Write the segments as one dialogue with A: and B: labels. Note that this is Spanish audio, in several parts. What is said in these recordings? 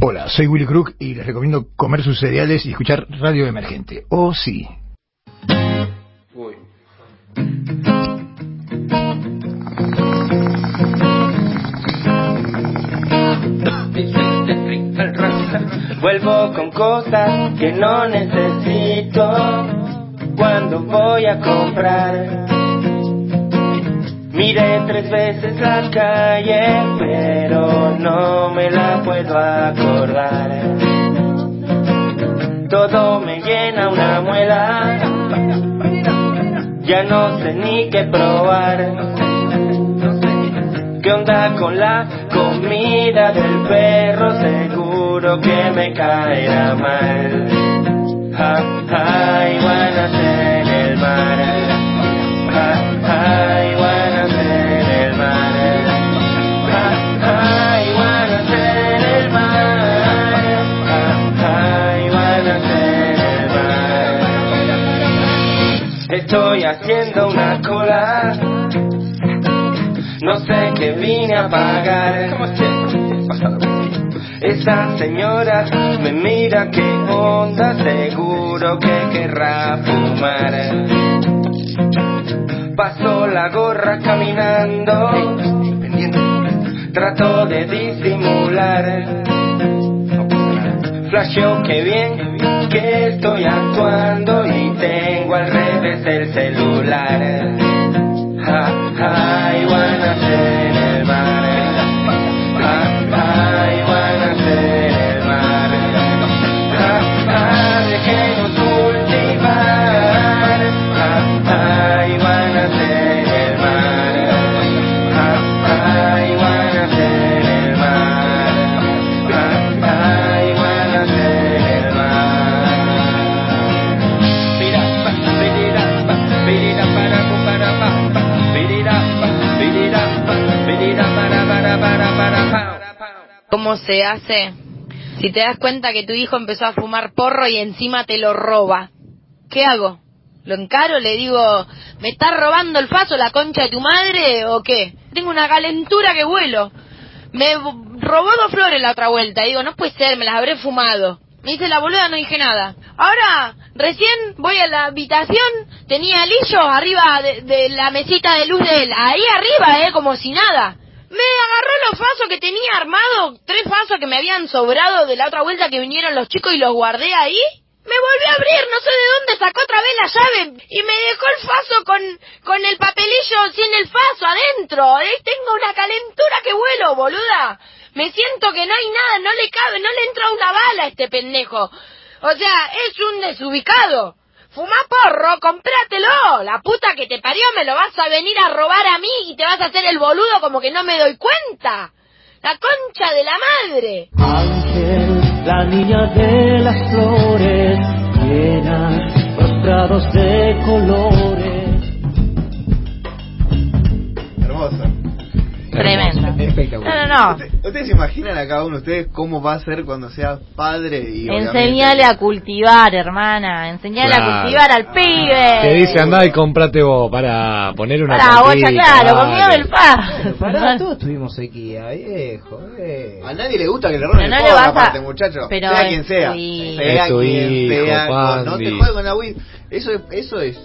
A: Hola, soy Willy Crook y les recomiendo comer sus cereales y escuchar Radio Emergente. Oh, sí.
B: Uy.
C: Vuelvo con cosas que no necesito cuando voy a comprar. Miré tres veces la calle, pero no me la puedo acordar. Todo me llena una muela, ya no sé ni qué probar. ¿Qué onda con la comida del perro? Seguro que me caerá mal. Ja, ja, iguanas en el mar. Ja, ja, iguanas en el mar. Ja, ja, iguanas en el mar. Ja, ja, iguanas en el mar. Estoy haciendo una cola. No sé qué vine a pagar. Esa señora me mira qué onda, seguro que querrá fumar. Pasó la gorra caminando, trató de disimular. Flasheó que bien que estoy actuando y tengo al revés el celular. Ja, ja, iguanas en el mar. Ja, ja, iguanas en el mar. Ja, ja, dejemos cultivar. Ja, ja, iguanas en el mar. Ja, ja, iguanas en el mar. Ja, ja, iguanas en el mar. Mira, pa, mira, pa, mira, para, pa, para, pa, pa, mira, pa, mira, pa, mira, para, para, para, para, pa.
D: ¿Cómo se hace? Si te das cuenta que tu hijo empezó a fumar porro y encima te lo roba, ¿qué hago? ¿Lo encaro? ¿Le digo, me estás robando el faso la concha de tu madre o qué? Tengo una calentura que vuelo. Me bu- robó dos flores la otra vuelta. Digo, no puede ser, me las habré fumado. Me dice la boluda, no dije nada. Ahora, recién voy a la habitación, tenía el hillo arriba de, de la mesita de luz de él. Ahí arriba, eh, como si nada. Me agarró los fasos que tenía armado, tres fasos que me habían sobrado de la otra vuelta que vinieron los chicos y los guardé ahí. Me volvió a abrir, no sé de dónde sacó otra vez la llave y me dejó el faso con, con el papelillo sin el faso adentro. Eh, Tengo una calentura que vuelo, boluda. Me siento que no hay nada, no le cabe, no le entra una bala a este pendejo. O sea, es un desubicado. Fumá porro, comprátelo. La puta que te parió me lo vas a venir a robar a mí y te vas a hacer el boludo como que no me doy cuenta. La concha de la madre.
E: Ángel, la niña de las flores, llena prostrados de colores.
B: Hermosa.
D: Tremendo.
B: Espectacular.
F: No, no, no.
B: Usted- ¿Ustedes se imaginan a cada uno de ustedes cómo va a ser cuando sea padre? Y obviamente-
F: Enseñale a cultivar, hermana. Enseñale
G: Claro.
F: a cultivar al pibe.
G: Te dice andá y comprate vos para poner una
F: Para bocha,
G: plantita,
F: claro,
G: dale.
F: con miedo del paso.
H: Pará, todos tuvimos sequía, viejo. eh.
B: A nadie le gusta que le roben
F: Pero
B: el
F: no
B: porro,
F: le vas a-
B: aparte, muchacho.
F: pero
B: sea
F: es
B: quien sea.
F: tu hijo.
B: Sea
G: Es tu
B: quien
G: hijo,
B: sea. no- No te
G: Pandi.
B: juegues con la Wii. Eso es. Eso es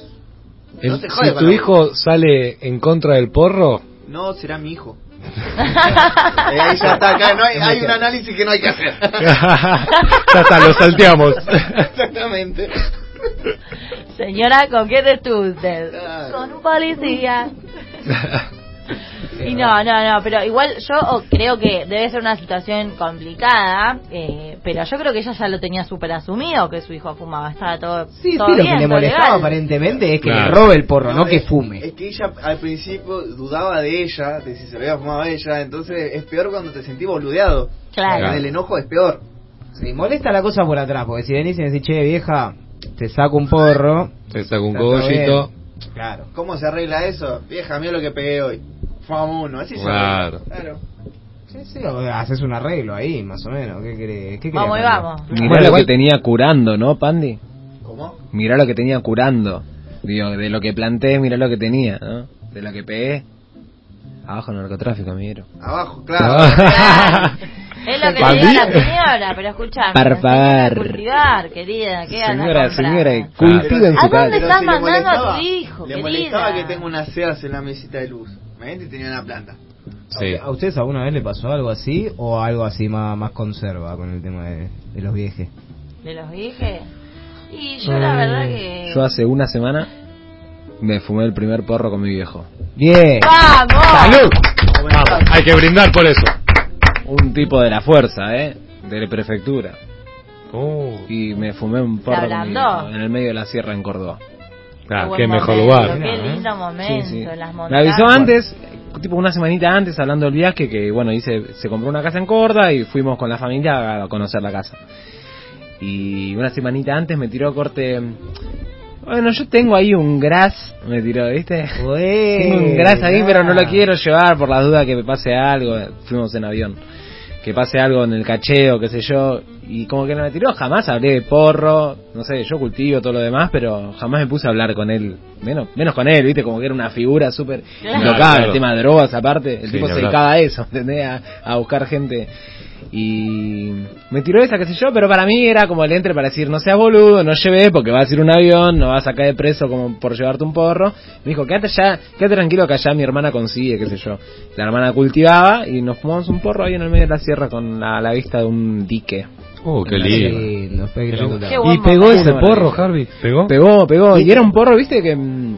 G: El-
B: no se jode
G: si
B: con
G: tu
B: la-
G: hijo sale en contra del porro,
B: No, será mi hijo. Eh, ahí ya está. Acá no hay, hay un análisis que no hay que hacer.
G: ya está, lo salteamos.
B: Exactamente.
F: Señora, ¿con quién estuvo usted?
B: Claro.
F: Con un policía. Y no, no, no, pero igual yo oh, creo que debe ser una situación complicada, eh, pero yo creo que ella ya lo tenía súper asumido que su hijo fumaba, estaba todo,
H: Sí, sí,
F: todo
H: lo
F: bien,
H: que le
F: todo
H: molestaba
F: legal.
H: aparentemente es que
G: Claro.
H: le robe el porro, no, que
B: es-
H: fume.
B: Es que ella al principio dudaba de ella, de si se lo había fumado a ella, entonces es peor cuando te sentís boludeado.
F: Claro.
B: Con El enojo es peor.
H: Sí, molesta la cosa por atrás, porque si venís y decís, che, vieja, te saco un porro.
G: Se saca un
H: está todo
G: cogollito.
H: bien. Claro.
B: ¿Cómo se arregla eso? Vieja, mira lo que pegué hoy. Fumamos uno, así se
G: Claro.
B: arregla. Claro.
H: Sí, sí, o haces un arreglo ahí, más o menos. ¿Qué querés? ¿Qué querés
F: Vamos y
H: aprender?
F: vamos.
I: Mirá
G: Bueno,
I: lo
G: igual-
I: que tenía curando, ¿no, Pandi?
B: ¿Cómo?
I: Mirá lo que tenía curando. Digo, de lo que planté, mirá lo que tenía, ¿no? De lo que pegué. Abajo el narcotráfico, amiguero.
B: Abajo, claro.
I: Ah.
F: Claro. Es lo que le digo a la
G: Pandí.
F: señora, pero escuchame.
I: Parpagar.
F: enseñala a Cultivar, querida, ¿qué andás
I: Señora,
F: comprando?
I: señora, cultiva en
F: ¿A dónde
I: su casa.
F: estás
B: le
F: mandando a tu
B: molestaba-
F: hijo,
B: Le
F: querida?
B: molestaba que tenga unas seas en la mesita de luz. Imagínate tenía una planta.
G: Sí.
H: ¿A ustedes alguna vez le pasó algo así o algo así más, más conserva con el tema de, de los viejes?
F: ¿De los dije? Y yo la verdad que...
I: Mm. Yo hace una semana me fumé el primer porro con mi viejo.
H: Bien.
F: ¡Vamos!
G: ¡Salud! Vamos, hay que brindar por eso.
I: Un tipo de la fuerza, ¿eh? De la prefectura.
G: Uh,
I: Y me fumé un porro con mi
F: ablandó.
I: viejo en el medio de la sierra en Córdoba.
G: ah,
F: buen
G: qué mejor
F: momento,
G: lugar.
F: Qué
G: ¿eh?
F: lindo momento,
I: Sí, sí.
F: las
I: Me
F: montañas.
I: avisó antes, tipo una semanita antes, hablando del viaje, que bueno, hice, se compró una casa en Córdoba y fuimos con la familia a conocer la casa. Y una semanita antes me tiró corte. Bueno, yo tengo ahí un gras, me tiró, ¿viste?
H: Eh,
I: Tengo un gras Mm, ahí, pero no lo quiero llevar por la duda que me pase algo. Fuimos en avión. Que pase algo en el cacheo, qué sé yo. Y como que no me tiró, jamás hablé de porro. No sé, yo cultivo todo lo demás, pero jamás me puse a hablar con él. Menos, menos con él, viste, como que era una figura súper
F: Claro.
I: intocable.
G: Claro.
I: El tema de drogas aparte. El
G: Sí,
I: tipo
G: ni hablar.
I: se dedicaba a eso, ¿entendés? A, a buscar gente. Y me tiró esa, qué sé yo, pero para mí era como el entre para decir, no seas boludo, no lleve porque va a ser un avión, no vas a caer preso como por llevarte un porro. Me dijo, quédate ya, quédate tranquilo que allá mi hermana consigue, qué sé yo. La hermana cultivaba y nos fumamos un porro ahí en el medio de la sierra con la, la vista de un dique.
G: Uh, qué
I: Qué
H: Qué
G: lindo.
H: lindo, qué lindo.
F: Qué buen
G: Y pegó
F: momento.
G: ese porro, Harvey. ¿Pegó?
I: Pegó, pegó, y era un porro, viste, que... mm,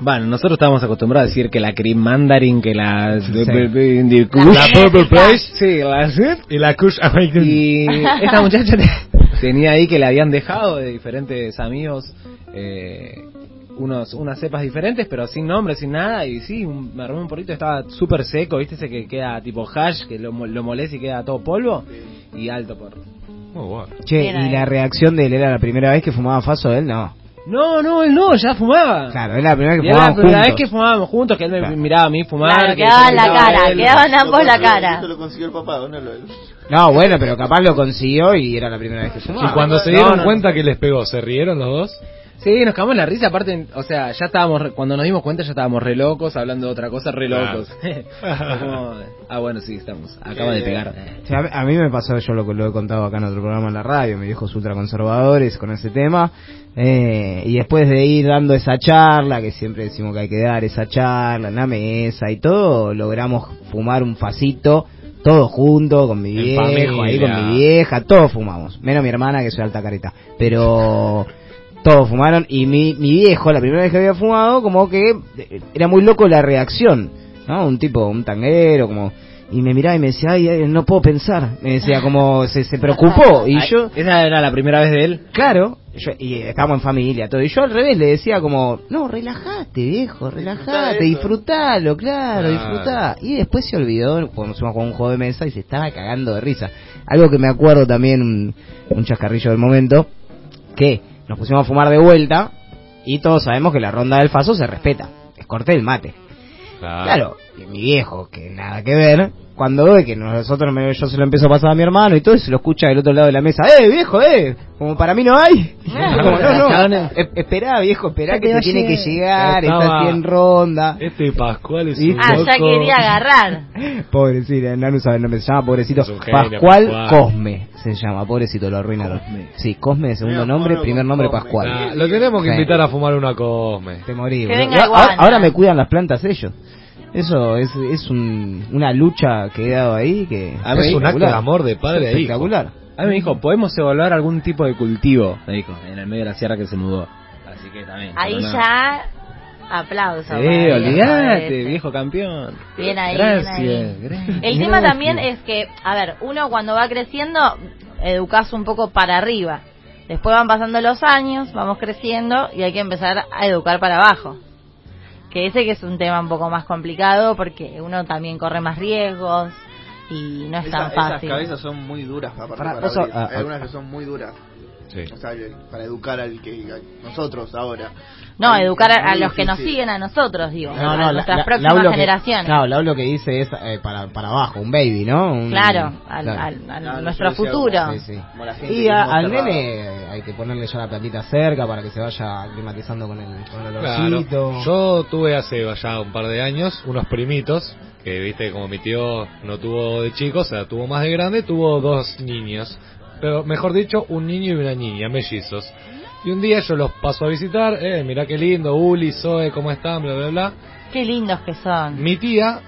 I: Bueno, nosotros estábamos acostumbrados a decir que la cream mandarin, que la...
G: La Purple Place
I: Sí, la...
G: y la Kush American.
I: Y esta muchacha te- tenía ahí que le habían dejado de diferentes amigos eh, unos, unas cepas diferentes, pero sin nombre, sin nada. Y sí, un, me armé un porrito, estaba súper seco, ¿viste? Ese que queda tipo hash, que lo, mo- lo molés y queda todo polvo. Y alto porro.
G: Muy bueno.
H: Che,
F: Era
H: ¿y
F: él.
H: la reacción de él era la primera vez que fumaba Faso él? No.
I: No, no, él no, ya fumaba.
H: Claro, era la primera vez
I: Y
H: que
I: era la
H: fumaban
I: primera vez
H: juntos.
I: que fumábamos juntos, que él me
H: Claro.
I: miraba a mí fumar.
F: Claro,
I: que
F: quedaba
I: yo
F: la
I: miraba a
F: cara,
I: él.
F: quedaban ambos la
B: Lo consiguió-
F: cara.
B: Esto lo consiguió el papá, ¿o no lo
H: No, bueno, pero capaz lo consiguió y era la primera vez que fumaba.
G: Y cuando se
I: No,
G: dieron
I: no,
G: cuenta que les pegó, ¿se rieron los dos?
I: Sí, nos cagamos en la risa, aparte, o sea, ya estábamos, re- cuando nos dimos cuenta ya estábamos re locos, hablando de otra cosa, re
G: Claro.
I: locos. Fue como, ah, bueno, sí, estamos, acaba de pegar.
H: O sea, a mí- a mí me pasó, yo lo, lo he contado acá en otro programa en la radio, me dijo ultraconservadores con ese tema. eh, y después de ir dando esa charla, que siempre decimos que hay que dar esa charla en la mesa y todo, logramos fumar un facito, todos juntos, con mi
G: En
H: viejo, ahí
G: familia.
H: con mi vieja, todos fumamos. Menos mi hermana, que soy alta careta. Pero todos fumaron y mi, mi viejo, la primera vez que había fumado, como que eh, era muy loco la reacción, ¿no? Un tipo, un tanguero, como... Y me miraba y me decía, ay, ay, no puedo pensar. Me decía, como se, se preocupó. Y
I: Ay,
H: yo,
I: Esa era la primera vez de él.
H: claro, yo- y estábamos en familia, todo. Y yo al revés le decía, como, no, relájate, viejo, relájate, disfrutalo, claro,
G: Claro.
H: disfrutá. Y después se olvidó, cuando fuimos con un juego de mesa y se estaba cagando de risa. Algo que me acuerdo también, un, un chascarrillo del momento, que nos pusimos a fumar de vuelta y todos sabemos que la ronda del faso se respeta. Es corte el mate.
G: Ah.
H: Claro, y mi viejo, que nada que ver, cuando ve que nosotros me- yo se lo empiezo a pasar a mi hermano y todo, y se lo escucha del otro lado de la mesa, ¡eh, viejo, eh! Como para mí no hay. Y yo como, no, no, e- esperá, viejo, esperá
I: Ya
H: que
I: te
H: te
I: va
H: tiene que
I: llegando.
H: llegar, está
G: Estaba-
H: así en ronda.
G: Este Pascual es
H: Y-
G: un
F: Ah,
G: loco.
F: ya quería agarrar.
H: Pobrecito, Nanu sabe el nombre, se llama pobrecito
G: Es un genio,
H: Pascual
G: Pascual.
H: Cosme, se llama, pobrecito, lo arruinaron. Sí, Cosme de segundo
B: Mira,
H: nombre,
B: Pablo
H: primer
B: con
H: nombre
B: Cosme.
H: Pascual.
G: Ah, lo tenemos que
H: Sí.
G: invitar a fumar una cosme.
H: Te morí,
F: Que
H: boludo.
F: venga
H: Yo-
F: iguana.
H: ahora, ahora me cuidan las plantas ellos. Eso es, es un- una lucha que he dado ahí que
I: A mí-
G: es un acto de
H: espectacular.
G: amor de padre a hijo.
H: espectacular.
I: A mí me dijo, podemos evaluar algún tipo de cultivo, me dijo, en el medio de la sierra que se mudó. Así que también.
F: Ahí
I: pero no.
F: ya Aplauso.
I: Sí,
F: Mario,
I: olvídate,
F: parece.
I: viejo campeón.
F: Bien ahí,
I: Gracias,
F: bien ahí.
I: gracias.
F: El tema también es que, a ver, uno cuando va creciendo, educás un poco para arriba. Después van pasando los años, vamos creciendo y hay que empezar a educar para abajo. Que ese que es un tema un poco más complicado porque uno también corre más riesgos y no es
B: Esa-
F: tan
B: esas
F: fácil.
B: cabezas son muy duras aparte,
H: Pará,
B: para,
H: eso-
B: abrir.
H: ah,
B: Hay
H: ah.
B: algunas que son muy duras.
G: Sí.
B: O sea, el- para educar al que a nosotros ahora.
F: No,
B: Es-
F: educar
B: es
F: a, a
B: muy
F: los que nos
B: difícil.
F: siguen a nosotros, digo,
H: No,
F: a
H: no, la,
F: nuestras
H: la-
F: próximas
H: Lau lo que-
F: generaciones.
H: claro, Lau lo que dice es eh, para, para abajo, un baby, ¿no? Un-
F: Claro, al-
H: claro.
F: al- al-
B: Claro,
F: nuestro
B: yo decía,
F: futuro.
H: Sí, sí.
B: Como la gente
H: Y
B: que
H: a-
B: hemos
H: al
B: cerrado.
H: nene eh, hay que ponerle ya la platita cerca para que se vaya aclimatizando con el, con el
G: Claro.
H: olorcito.
G: Yo tuve hace ya un par de años unos primitos que, viste, como mi tío no tuvo de chico, o sea, tuvo más de grande, tuvo dos niños. Pero mejor dicho, un niño y una niña, mellizos. Y un día yo los paso a visitar, eh, mirá qué lindo, Uli, Zoe, ¿cómo están? Bla, bla, bla.
F: Qué lindos que son.
G: Mi tía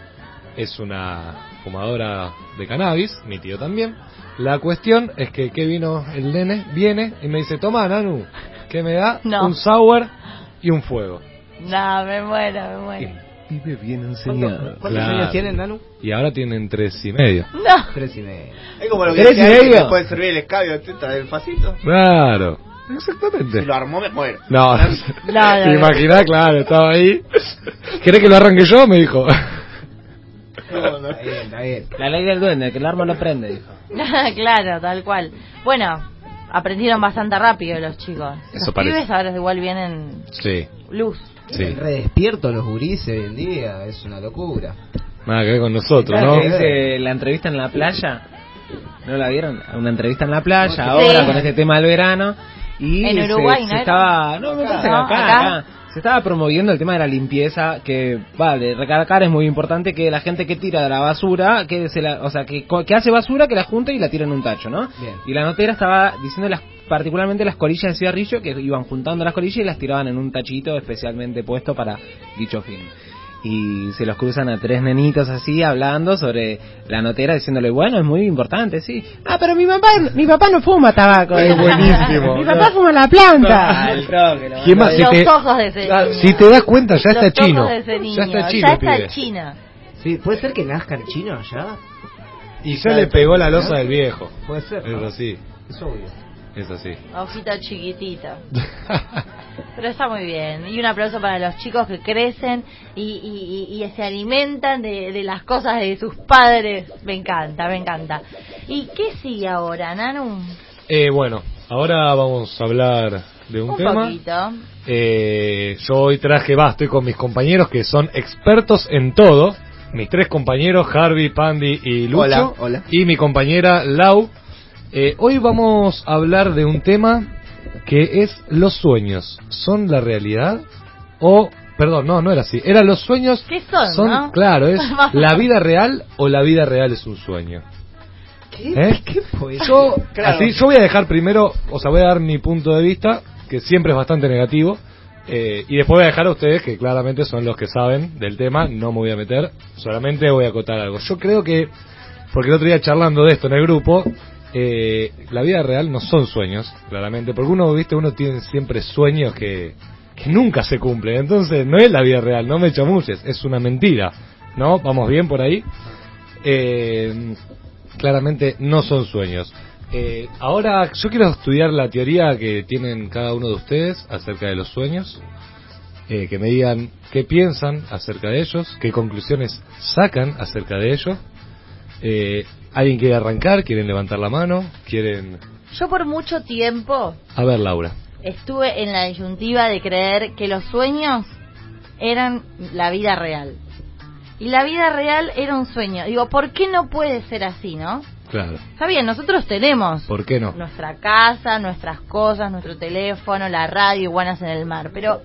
G: es una fumadora de cannabis, mi tío también. La cuestión es que, que vino el nene, viene y me dice, toma, Nanu, que me da
F: No.
G: un sour y un fuego.
F: No, me muero, me muero.
I: Pibe bien enseñado.
H: ¿Cuántos años tienen, Nanu?
G: Y ahora tienen tres y medio.
F: No.
H: Tres y medio.
B: Es como lo que
G: ¿Tres
B: decía
G: y
B: él, que
G: medio?
B: te puede servir el escabio, etcétera, el facito.
G: Claro.
B: Si
G: Exactamente.
B: lo armó, me muero.
G: No,
F: no, no.
G: te imaginás, claro, estaba ahí. ¿Querés que lo arranque yo? Me dijo.
B: No, no.
H: Está bien, está bien.
I: La ley del duende, que el arma lo prende, dijo.
F: claro, tal cual. Bueno, aprendieron bastante rápido los chicos.
G: Eso
F: los
G: parece.
F: pibes ahora igual vienen
G: Sí,
F: luz.
G: sí.
H: Redespierto los gurises hoy en día, es una locura.
G: Nada que ver con nosotros,
I: ¿Sabes
G: ¿no?
I: que dice la entrevista en la playa? ¿No la vieron? Una entrevista en la playa, ahora con este tema del verano. Y
F: En
I: se-
F: Uruguay,
I: se,
F: ¿no era?
I: estaba, no, me parece que
F: No,
I: acá,
F: acá.
I: acá. se estaba promoviendo el tema de la limpieza, que vale, recalcar es muy importante que la gente que tira de la basura, que se la, o sea, que, co- que hace basura, que la junta y la tira en un tacho, ¿no?
H: Bien.
I: Y la notera estaba diciendo las, particularmente las colillas de cigarrillo, que iban juntando las colillas y las tiraban en un tachito especialmente puesto para dicho fin y se los cruzan a tres nenitos así hablando sobre la notera diciéndole bueno es muy importante sí ah pero mi papá mi papá no fuma tabaco
G: Es buenísimo.
I: mi papá fuma la planta
G: ¿Quién más? Ah, Si
F: los
G: te,
F: ojos de ese
G: Ah, si te das cuenta, ya
F: los
G: está
F: ojos
G: chino.
F: de ese
G: Ya
F: niño.
G: está chino, el pibe.
F: chino.
H: Sí, ¿Puede ser que nazcan chinos ya?
G: Y ya le pegó la losa del viejo.
H: Puede ser.
G: Es
H: ¿no?
G: así,
H: Es obvio.
G: es así.
F: Ojito chiquitito. Pero está muy bien. Y un aplauso para los chicos que crecen y, y- y- y se alimentan de, de las cosas de sus padres. Me encanta, me encanta. ¿Y qué sigue ahora, Nanu?
G: Eh, bueno, ahora vamos a hablar de un,
F: Un
G: tema.
F: poquito.
G: Eh, yo hoy traje, va, estoy con mis compañeros que son expertos en todo. Mis tres compañeros, Harvey, Pandy y Lucho.
B: Hola, hola.
G: Y mi compañera Lau. Eh, hoy vamos a hablar de un tema que es los sueños. ¿Son la realidad? O, perdón, no, no era así. Era los sueños.
F: ¿Qué son, no?
G: Claro, es la vida real o la vida real es un sueño.
H: ¿Qué,
G: ¿Eh?
H: ¿Qué poesía?
G: Yo,
B: Claro.
G: así, yo voy a dejar primero, o sea, voy a dar mi punto de vista, que siempre es bastante negativo, eh, y después voy a dejar a ustedes, que claramente son los que saben del tema, no me voy a meter, solamente voy a acotar algo. Yo creo que, porque el otro día charlando de esto en el grupo, eh, la vida real no son sueños, claramente, porque uno, viste, uno tiene siempre sueños que, que nunca se cumplen, entonces no es la vida real, no me chamuches, es una mentira, ¿no? Vamos bien por ahí. Eh, claramente no son sueños. Eh, ahora yo quiero estudiar la teoría que tienen cada uno de ustedes acerca de los sueños, eh, que me digan qué piensan acerca de ellos, qué conclusiones sacan acerca de ellos. Eh, ¿Alguien quiere arrancar? ¿Quieren levantar la mano? ¿Quieren...?
F: Yo por mucho tiempo
G: A ver, Laura.
F: estuve en la disyuntiva de creer que los sueños eran la vida real. Y la vida real era un sueño. Digo, ¿por qué no puede ser así, no?
G: Claro.
F: Está bien, nosotros tenemos
G: ¿Por qué no?
F: nuestra casa, nuestras cosas, nuestro teléfono, la radio, iguanas en el mar, pero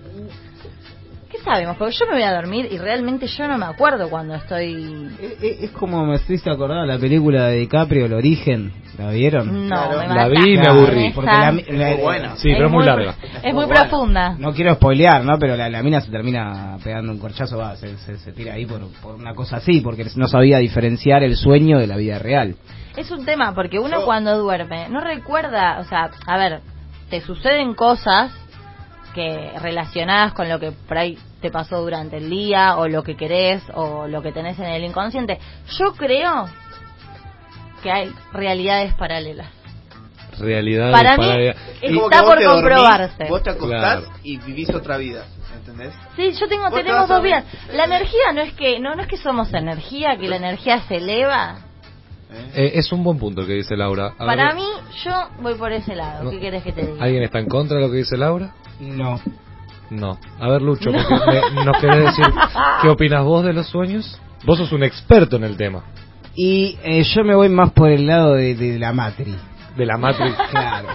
F: ¿qué sabemos? Porque yo me voy a dormir y realmente yo no me acuerdo cuando estoy...
H: Eh, eh, Es como me hiciste acordar la película de DiCaprio, El Origen. ¿La vieron?
F: No,
B: Claro.
F: me
G: La
F: mata.
G: vi y me aburrí.
H: Porque la,
F: Esa-
H: la-
B: Muy buena.
G: Sí, pero es muy
F: pro-
G: larga.
F: Es muy profunda.
H: No quiero spoilear, ¿no? Pero la, la mina se termina pegando un corchazo, va, se, se- se tira ahí por, por una cosa así, porque no sabía diferenciar el sueño de la vida real.
F: Es un tema, porque uno
B: Yo-
F: cuando duerme no recuerda, o sea, a ver, te suceden cosas que relacionadas con lo que por ahí te pasó durante el día o lo que querés o lo que tenés en el inconsciente. Yo creo que hay realidades paralelas.
G: Realidad.
F: Para mí,
G: paralela.
B: Es
F: Está
B: como que vos
F: por
B: te dormís,
F: comprobarse.
B: vos te acostás
G: Claro.
B: y vivís otra vida, ¿entendés?
F: Sí, yo tengo,
B: Vos te
F: tenemos
B: vas a
F: dos
B: ver.
F: vidas. La energía no es que, no, no es que somos energía, que la energía se eleva.
B: ¿Eh?
G: Eh, es un buen punto el que dice Laura. A
F: Para
G: ver,
F: mí, yo voy por ese lado.
G: No.
F: ¿Qué querés que te diga?
G: ¿Alguien está en contra de lo que dice Laura?
H: No.
G: No. A ver, Lucho, porque me- nos querés decir, ¿qué opinas vos de los sueños? Vos sos un experto en el tema.
H: Y eh, yo me voy más por el lado de, de la matriz.
G: De la Matrix.
H: Claro.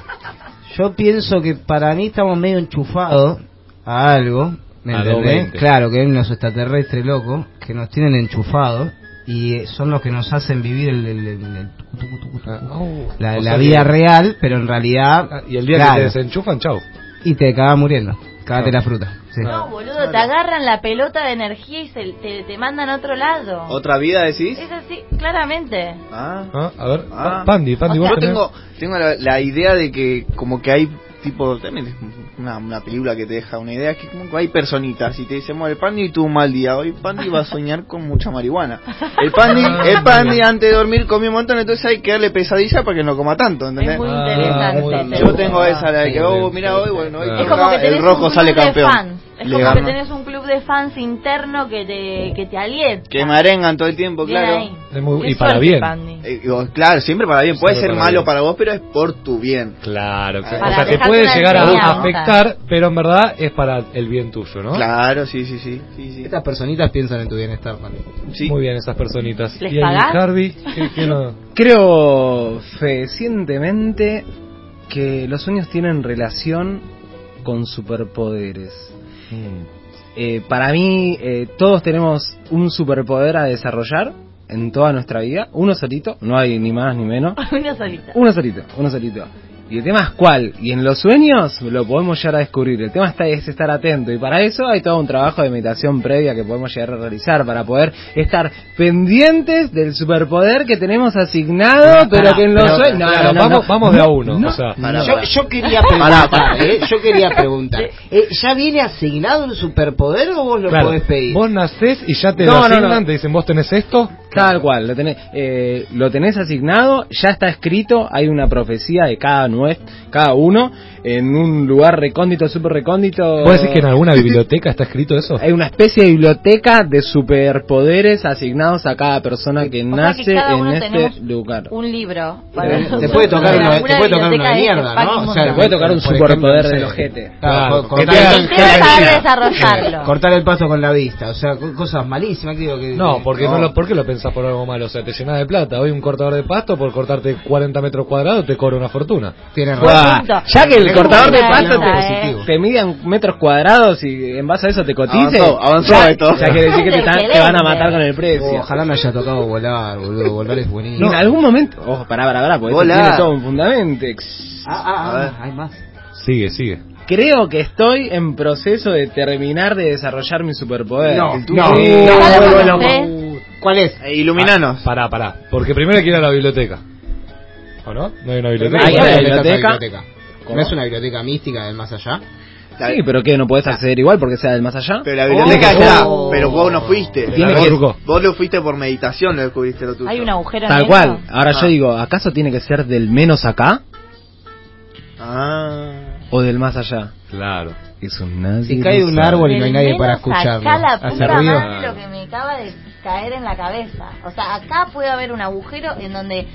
H: Yo pienso que para mí estamos medio enchufados a algo. ¿Me
G: A
H: entendés?
G: 220.
H: Claro, que hay unos extraterrestres locos que nos tienen enchufados y eh, son los que nos hacen vivir el, el- el- el tucu, tucu, tucu, tucu.
G: Ah, oh.
H: la,
G: O
H: la
G: sea
H: vida
G: que-
H: real, pero en
G: Ah,
H: realidad.
G: Y el día
H: claro,
G: que te desenchufan, chau.
H: Y te acabas muriendo. Cágate
G: Claro.
H: la fruta. sí.
F: No, boludo, te agarran la pelota de energía y se, te, te mandan a otro lado.
B: ¿Otra vida decís?
F: Es así, claramente.
B: Ah.
G: Ah, a ver,
B: Ah.
G: Pandi, Pandi,
B: Yo
G: vos tenés-
B: tengo, tengo la, la idea de que como que hay tipo, también es una, una película que te deja una idea, que como que hay personitas y te dicen, bueno, el Pandi tuvo un mal día, hoy Pandi va a soñar con mucha marihuana. El Pandi,
G: Ah,
B: el Pandi antes de dormir comió un montón, entonces hay que darle pesadilla para que no coma tanto, ¿entendés?
F: Es muy
G: Ah,
F: interesante.
G: muy
F: te
G: bien.
B: Yo
F: juro.
B: tengo esa, la de que,
G: Sí,
B: oh,
G: sí,
B: mira
G: sí,
B: hoy,
G: sí,
B: bueno, hoy
G: claro.
F: Es como que
B: toca,
F: tenés
B: el rojo
F: un club
B: sale
F: De
B: campeón.
F: fans. Es
B: Le
F: como
B: gana.
F: que tenés un club de fans interno que te, que te alienta.
B: Que me arengan todo el tiempo,
F: Bien
B: claro.
F: ahí.
G: Es muy-
F: Qué
G: y para
F: suerte,
G: bien.
F: Pandi.
B: Eh, digo, claro, siempre para bien, puede
G: Siempre
B: ser
G: para
B: malo
G: bien.
B: para vos, pero es por tu bien.
G: Claro, que-
B: Para
G: o sea, te
F: dejarte
G: puede
F: una
G: llegar a
F: enseñanza.
G: afectar, pero en verdad es para el bien tuyo, ¿no?
B: Claro, sí, sí, sí. sí, sí.
H: Estas personitas piensan en tu bienestar, man.
B: Sí.
G: Muy bien, esas personitas.
F: ¿Les
G: ¿Y el
F: pagás?
G: Harvey? ¿Qué- qué no?
I: Creo fehacientemente que los sueños tienen relación con superpoderes.
G: Mm.
I: Eh, para mí, eh, todos tenemos un superpoder a desarrollar en toda nuestra vida. Uno solito, no hay ni más ni menos.
F: Una solita.
I: Uno solito, uno solito. Y el tema es cuál. Y en los sueños lo podemos llegar a descubrir. El tema está, es estar atento. Y para eso hay todo un trabajo de meditación previa que podemos llegar a realizar para poder estar pendientes del superpoder que tenemos asignado, pero que en los
H: pero-
I: sueños... No,
G: Claro,
I: no, no,
G: vamos,
I: no.
G: vamos de a uno. o sea,
B: Pará,
H: yo,
B: pará.
H: yo quería preguntar, eh, yo quería preguntar. Eh, ¿Ya viene asignado un superpoder o vos lo
G: claro,
H: podés pedir?
G: vos nacés y ya te
I: No,
G: lo
I: no,
G: asignan,
I: no.
G: te dicen, vos tenés esto.
I: Tal cual, lo tenés, eh, lo tenés asignado, ya está escrito, hay una profecía de cada nuez, cada uno, en un lugar recóndito, súper recóndito.
G: ¿Vos decís que en alguna biblioteca está escrito eso?
I: Hay una especie de biblioteca de superpoderes asignados a cada persona que
F: O sea
I: nace
F: que cada
I: en
F: uno
I: este
F: tenemos
I: lugar.
F: Un libro.
H: Te- te puede tocar
F: Para
H: uno- te
F: alguna
H: puede tocar uno de
F: biblioteca de
H: mierda,
F: este
H: ¿no?
F: fucking
H: O sea,
I: Te puede tocar un
H: por
I: superpoder
H: ejemplo,
I: del
H: no sé.
I: ojete.
H: Claro,
G: Claro,
H: cortar
G: que te
H: el-
G: hagan-
F: Te vas a saber desarrollarlo.
H: Cortar el pasto con la vista, o sea, co- cosas malísimas que digo que...
G: No, porque no.
H: no.
G: lo, ¿por qué lo pensás por algo malo? O sea, te llenas de plata. Hoy un cortador de pasto por cortarte 40 metros cuadrados te cobra una fortuna.
H: Tienes
F: Buen
H: razón.
F: punto.
I: Ya que el
H: Es
I: cortador
H: como
I: de
H: una
I: pasto
H: balanza,
I: te,
H: eh.
I: te miden metros cuadrados y en base a eso te cotice,
B: Avanzó, avanzó
I: ya,
B: esto.
I: ya quiere decir que te, están- te van a matar con el
H: Oh,
I: precio.
H: ojalá me haya tocado volar, boludo, volar es
I: Y
H: buenísimo.
I: en algún momento, ojo, pará, pará, pará, porque eso
B: Hola.
I: tiene todo un fundamento.
H: Ah, ah,
B: A ver.
H: ah, hay más.
G: Sigue, sigue.
I: Creo que estoy en proceso de terminar de desarrollar mi superpoder.
H: No,
I: Sí.
H: no,
F: Cada uno
H: no,
F: tres.
H: ¿Cuál es?
B: Eh, iluminanos.
G: Pa- Pará, pará. Porque primero hay que ir a la biblioteca. ¿O no? No hay una biblioteca.
I: Hay
H: ¿Cuál
I: una
H: es la
I: biblioteca.
H: biblioteca? ¿No es una biblioteca mística del más allá?
I: Sí, pero que no podés acceder igual porque sea del más allá.
B: Pero la biblioteca
H: Oh.
B: está, pero vos no fuiste.
G: Tiene
B: vos,
G: que- truco.
B: vos lo fuiste por meditación, lo descubriste lo tuyo.
F: Hay un agujero
I: Tal
F: negro.
I: cual. Ahora
B: Ah.
I: yo digo, ¿acaso tiene que ser del menos acá
B: Ah.
I: o del más allá?
G: Claro.
I: Es un nadie
H: Si cae
I: lo
H: un
I: sabe.
H: árbol y no hay
F: Del
H: nadie para
F: menos acá
H: escucharlo.
F: la
H: ¿Hace
F: puta
H: ruido?
F: madre lo que me acaba de caer en la cabeza. O sea, acá puede haber un agujero en donde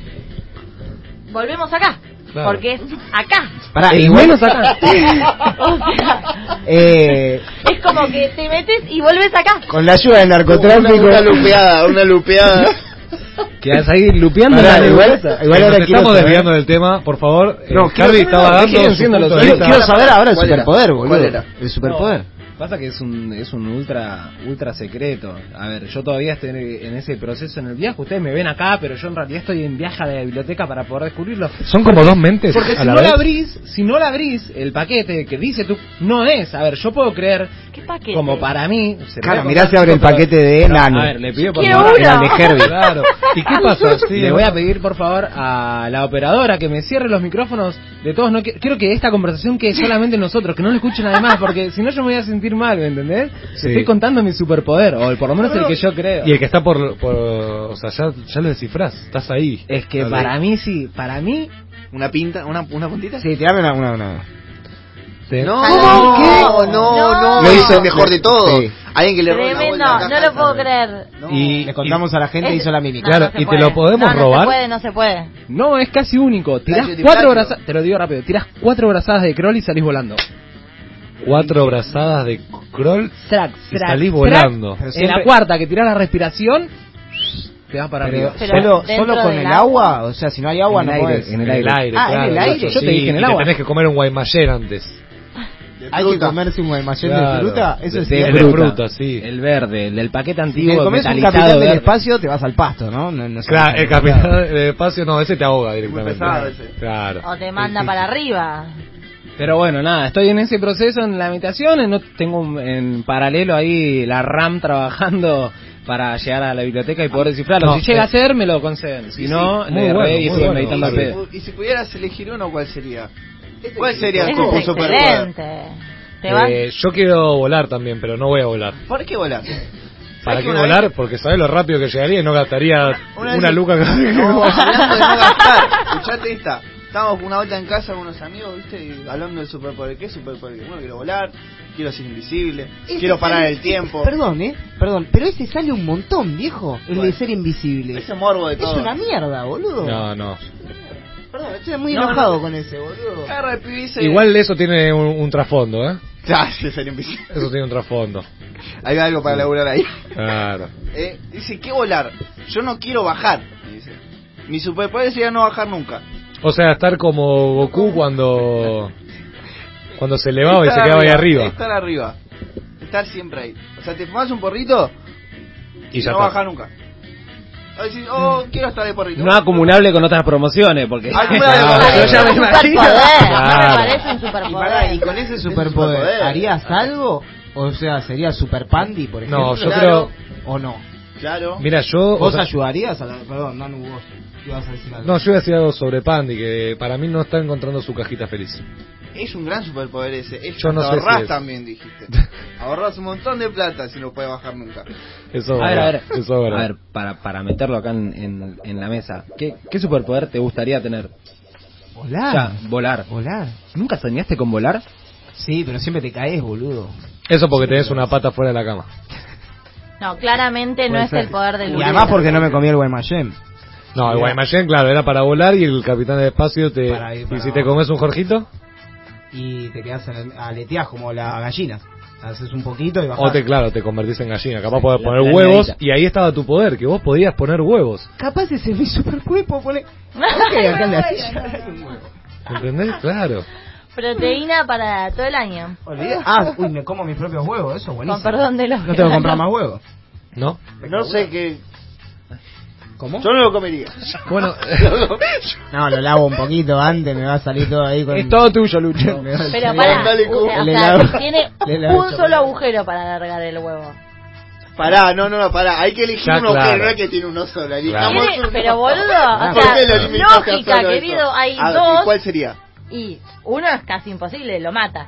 F: volvemos acá,
G: Claro.
F: porque es acá.
H: Pará,
I: El
H: igual-
I: menos acá.
F: O sea,
H: Eh,
F: es como que te metes y volves acá.
H: con la ayuda del
B: Una,
H: narcotráfico.
B: una lupeada, una lupeada.
I: Quedas ahí lupeando
H: Pará,
I: la
H: igual-
I: nebulosa.
H: igual
G: Nos
H: ahora quiero
G: estamos
H: saber-
G: desviando del tema, por favor.
H: No,
G: Eh,
H: quiero-
G: Harvey
H: no,
G: estaba
H: no, no,
G: dando
H: quiero
G: su
I: haciendo
G: punto
I: los
G: de
H: Quiero,
G: vista.
H: quiero saber ahora el
B: ¿Cuál era?
H: superpoder, boludo.
B: ¿Cuál era?
H: El superpoder.
I: Pasa que es un, es un ultra ultra secreto. A ver, yo todavía estoy en- en ese proceso en el viaje. Ustedes me ven acá, pero yo en realidad estoy en viaje a la biblioteca para poder descubrirlo.
G: Son como dos mentes
I: Porque
G: a
I: si
G: la
I: no
G: vez.
I: la abrís, si no la abrís, el paquete que dice tú no es. A ver, yo puedo creer,
F: ¿Qué paquete?
I: como para mí. se
H: Claro,
I: puede
H: mirá,
I: contar
H: se abre el
I: mucho, pero-
H: paquete de
I: No,
H: Nano.
I: A ver, le pido por
F: Quiero
I: favor.
F: uno.
I: al de Herbie.
G: Claro. ¿Y qué pasa? Sí,
I: Le voy a pedir por favor a la operadora que me cierre los micrófonos de todos. No qui- quiero que esta conversación quede solamente nosotros, que no la escuchen además, porque si no yo me voy a sentir sentir mal, ¿me entendés?
G: Sí.
I: Te estoy contando mi superpoder, o el- por lo menos el que yo creo.
G: Y el que está por. por o sea, ya, ya lo descifrás, estás ahí.
I: Es que
G: Dale.
I: para mí sí, para mí
B: ¿Una pinta? ¿Una, una puntita?
H: Sí, tirame una, una, una.
G: Te-
B: No,
F: ¿Cómo?
B: no,
F: ¿Qué?
B: no,
F: No.
B: no.
H: Lo hizo
B: es el mejor de todo.
H: sí.
B: Alguien que le robe la
F: Tremendo,
B: vuelta a la
F: no
B: caja.
F: lo puedo creer.
G: Y-
H: Le contamos a la gente
F: Es-
H: hizo la mímica.
G: Claro,
F: se
G: y te lo
F: puede.
G: podemos
F: No,
G: robar.
F: No se puede, no se puede.
I: no es casi único. Tirás
B: Playo de
I: cuatro
B: playo.
I: brazadas, te lo digo rápido, tirás cuatro brazadas de Kroll y salís volando.
G: Cuatro brazadas de Kroll
I: Track,
G: y salís volando.
H: Pero
I: En la
H: siempre-
I: cuarta que tirás la respiración, te vas para
H: Pero
I: arriba.
F: Pero
H: solo,
F: dentro
H: solo con
F: del
H: el agua, o sea, si no hay agua
I: En
H: no
I: el aire,
H: podés.
I: en el
G: En el aire,
H: Ah, en
G: claro.
H: el aire,
I: yo te
G: Sí,
I: dije en el
G: y te
I: agua.
G: tenés que comer un guaymallén antes.
B: De
H: Hay que
B: fruta.
H: comerse un almacén de
G: Claro.
H: fruta, eso
G: De-
H: es
G: de
H: cierto.
G: fruta. El de fruta, sí.
I: El verde, el del paquete
H: Si te
I: antiguo.
H: comes un
I: metalizado
H: capitán del
I: verde.
H: espacio, te vas al pasto, ¿no? No- no sé.
G: Claro, el capitán del espacio no, ese te ahoga directamente.
B: pesado ese.
G: Claro.
F: O te manda para arriba.
I: Pero bueno, nada, estoy en ese proceso en la meditación, en, ot- tengo un- en paralelo ahí la RAM trabajando para llegar a la biblioteca y poder descifrarlo.
G: No,
I: si llega
G: eh.
I: a ser, me lo conceden. Si
B: Sí,
I: no,
G: sí.
I: le
G: Muy
I: erré
G: bueno,
I: y
G: muy
I: estoy
G: bueno,
I: meditando
B: Y
I: al
B: si
I: pedo.
B: pu- Y si pudieras elegir uno, ¿cuál sería? ¿Cuál
F: Ese
B: sería
F: es
B: como tu superpoder?
F: excelente. ¿Te vas?
G: Eh, yo quiero volar también, pero no voy a volar.
B: ¿Por qué volar?
G: ¿Para
B: ¿Sabes
G: qué
B: que una
G: volar?
B: vez-
G: Porque sabés lo rápido que llegaría y no gastaría una,
B: vez-
G: luca. cada vez que
B: No,
G: voy.
B: hablando de no gastar. Escuchate esta. Estábamos una vuelta en casa con unos amigos, ¿viste? Y hablando del superpoder. ¿Qué superpoder? Bueno, quiero volar, quiero ser invisible,
H: Ese
B: quiero parar
H: sale-
B: el tiempo.
H: Perdón, ¿eh? Perdón, pero ese sale un montón, viejo. El de
B: Bueno.
H: ser invisible.
B: Ese morbo de
H: Es
B: todo.
H: una mierda, boludo.
G: No, no.
H: Perdón, estoy muy
B: No,
H: enojado
B: no.
H: con ese, boludo.
B: Agarra el pibe y dice-
G: Igual eso tiene un, un trasfondo, ¿eh?
B: Ya, sí, ser invisible.
G: Eso tiene un trasfondo.
B: Hay algo para laburar ahí.
G: Claro.
B: Eh, dice, ¿qué volar? Yo no quiero bajar. me dice. Mi superpoder sería no bajar nunca.
G: O sea, estar como Goku cuando cuando se elevaba y se
B: Estar
G: quedaba ahí arriba.
B: Estar arriba. Estar siempre ahí. O sea, te fumas un porrito
G: Y ya
B: no
G: está. Mm.
B: baja nunca. A decir, oh, quiero estar de porrito.
I: No acumulable con otras promociones, porque
H: Ah,
B: Acumulable
G: No,
B: con-
G: yo
F: Es
G: ya
F: un
G: me
F: superpoder. No
G: Claro.
F: me parece un
B: Y pará, y
F: superpoder.
B: con ese
H: Superpoder.
B: superpoder.
H: ¿Harías algo? O sea, ¿sería Super Pandy, por ejemplo?
G: No, yo
B: Claro.
G: creo.
H: ¿O no?
B: Claro.
G: Mira, yo. o
H: ¿Vos
G: sea,
H: ayudarías a la... Perdón, Nanu, vos. Ibas a decir algo.
G: No, yo iba a decir algo sobre Pandy, que para mí no está encontrando su cajita feliz.
B: Es un gran superpoder ese. Es
G: Yo no
B: hasta
G: sé si
B: ahorrás
G: es.
B: también, dijiste. ahorrás un montón de plata si no puedes bajar nunca.
G: Eso es
I: A ver, a ver,
G: verdad. Eso es verdad.
I: a ver, para, para meterlo acá en, en- en la mesa, ¿qué, qué superpoder te gustaría tener? O sea,
H: Volar.
I: volar.
H: Volar.
I: ¿Nunca soñaste con volar?
H: Sí, pero siempre te caes, boludo.
G: Eso porque tenés una pata fuera de la cama.
F: No, claramente no
H: Puede
F: es
H: ser.
F: el poder del
H: Y
F: Lula.
H: además porque no me comí el Guaymallén.
G: No, el
H: Mira.
G: Guaymallén, claro, era para volar y el capitán del espacio te.
H: Para ir para
G: y si te
H: abajo.
G: comes un Jorgito,
H: Y te quedas en el- aleteás como la gallina. Haces un poquito y bajás.
G: o te, claro, te convertís en gallina. Capaz podés
I: la
G: poner
I: planeadita.
G: huevos y ahí estaba tu poder, que vos podías poner huevos.
H: Capaz ese es mi supercuerpo, pone... Ok, acá en la silla hay un huevo.
G: ¿Entendés? Claro.
F: Proteína para todo el año.
H: Olvidé. Ah, uy, me como mis propios huevos, eso es buenísimo.
F: Con perdón de los...
H: No tengo que comprar más huevos.
G: ¿No?
B: No sé qué.
H: ¿Cómo?
B: Yo no lo comería.
G: Bueno,
H: No, lo lavo un poquito antes, me va a salir todo ahí con...
I: Es todo tuyo, Lucho.
H: Me va a
F: Pero
H: salir-
F: para,
B: Dale,
F: o
H: Le
F: sea,
H: lavo-
F: tiene
H: le lavo
F: un
H: el
F: solo
H: chocolate.
F: agujero para alargar el huevo.
B: Pará, no, no, no, pará. Hay que elegir
G: Ya,
B: uno
G: claro.
B: que no es que tiene uno solo. Elijamos
F: Tiene-
B: uno.
F: pero boludo, o
B: ¿Por
F: sea,
B: qué lo limitaste a
F: lógica,
B: solo eso?
F: querido, hay
B: A ver, ¿y
F: dos
B: ¿Cuál sería?
F: y uno es casi imposible, lo mata.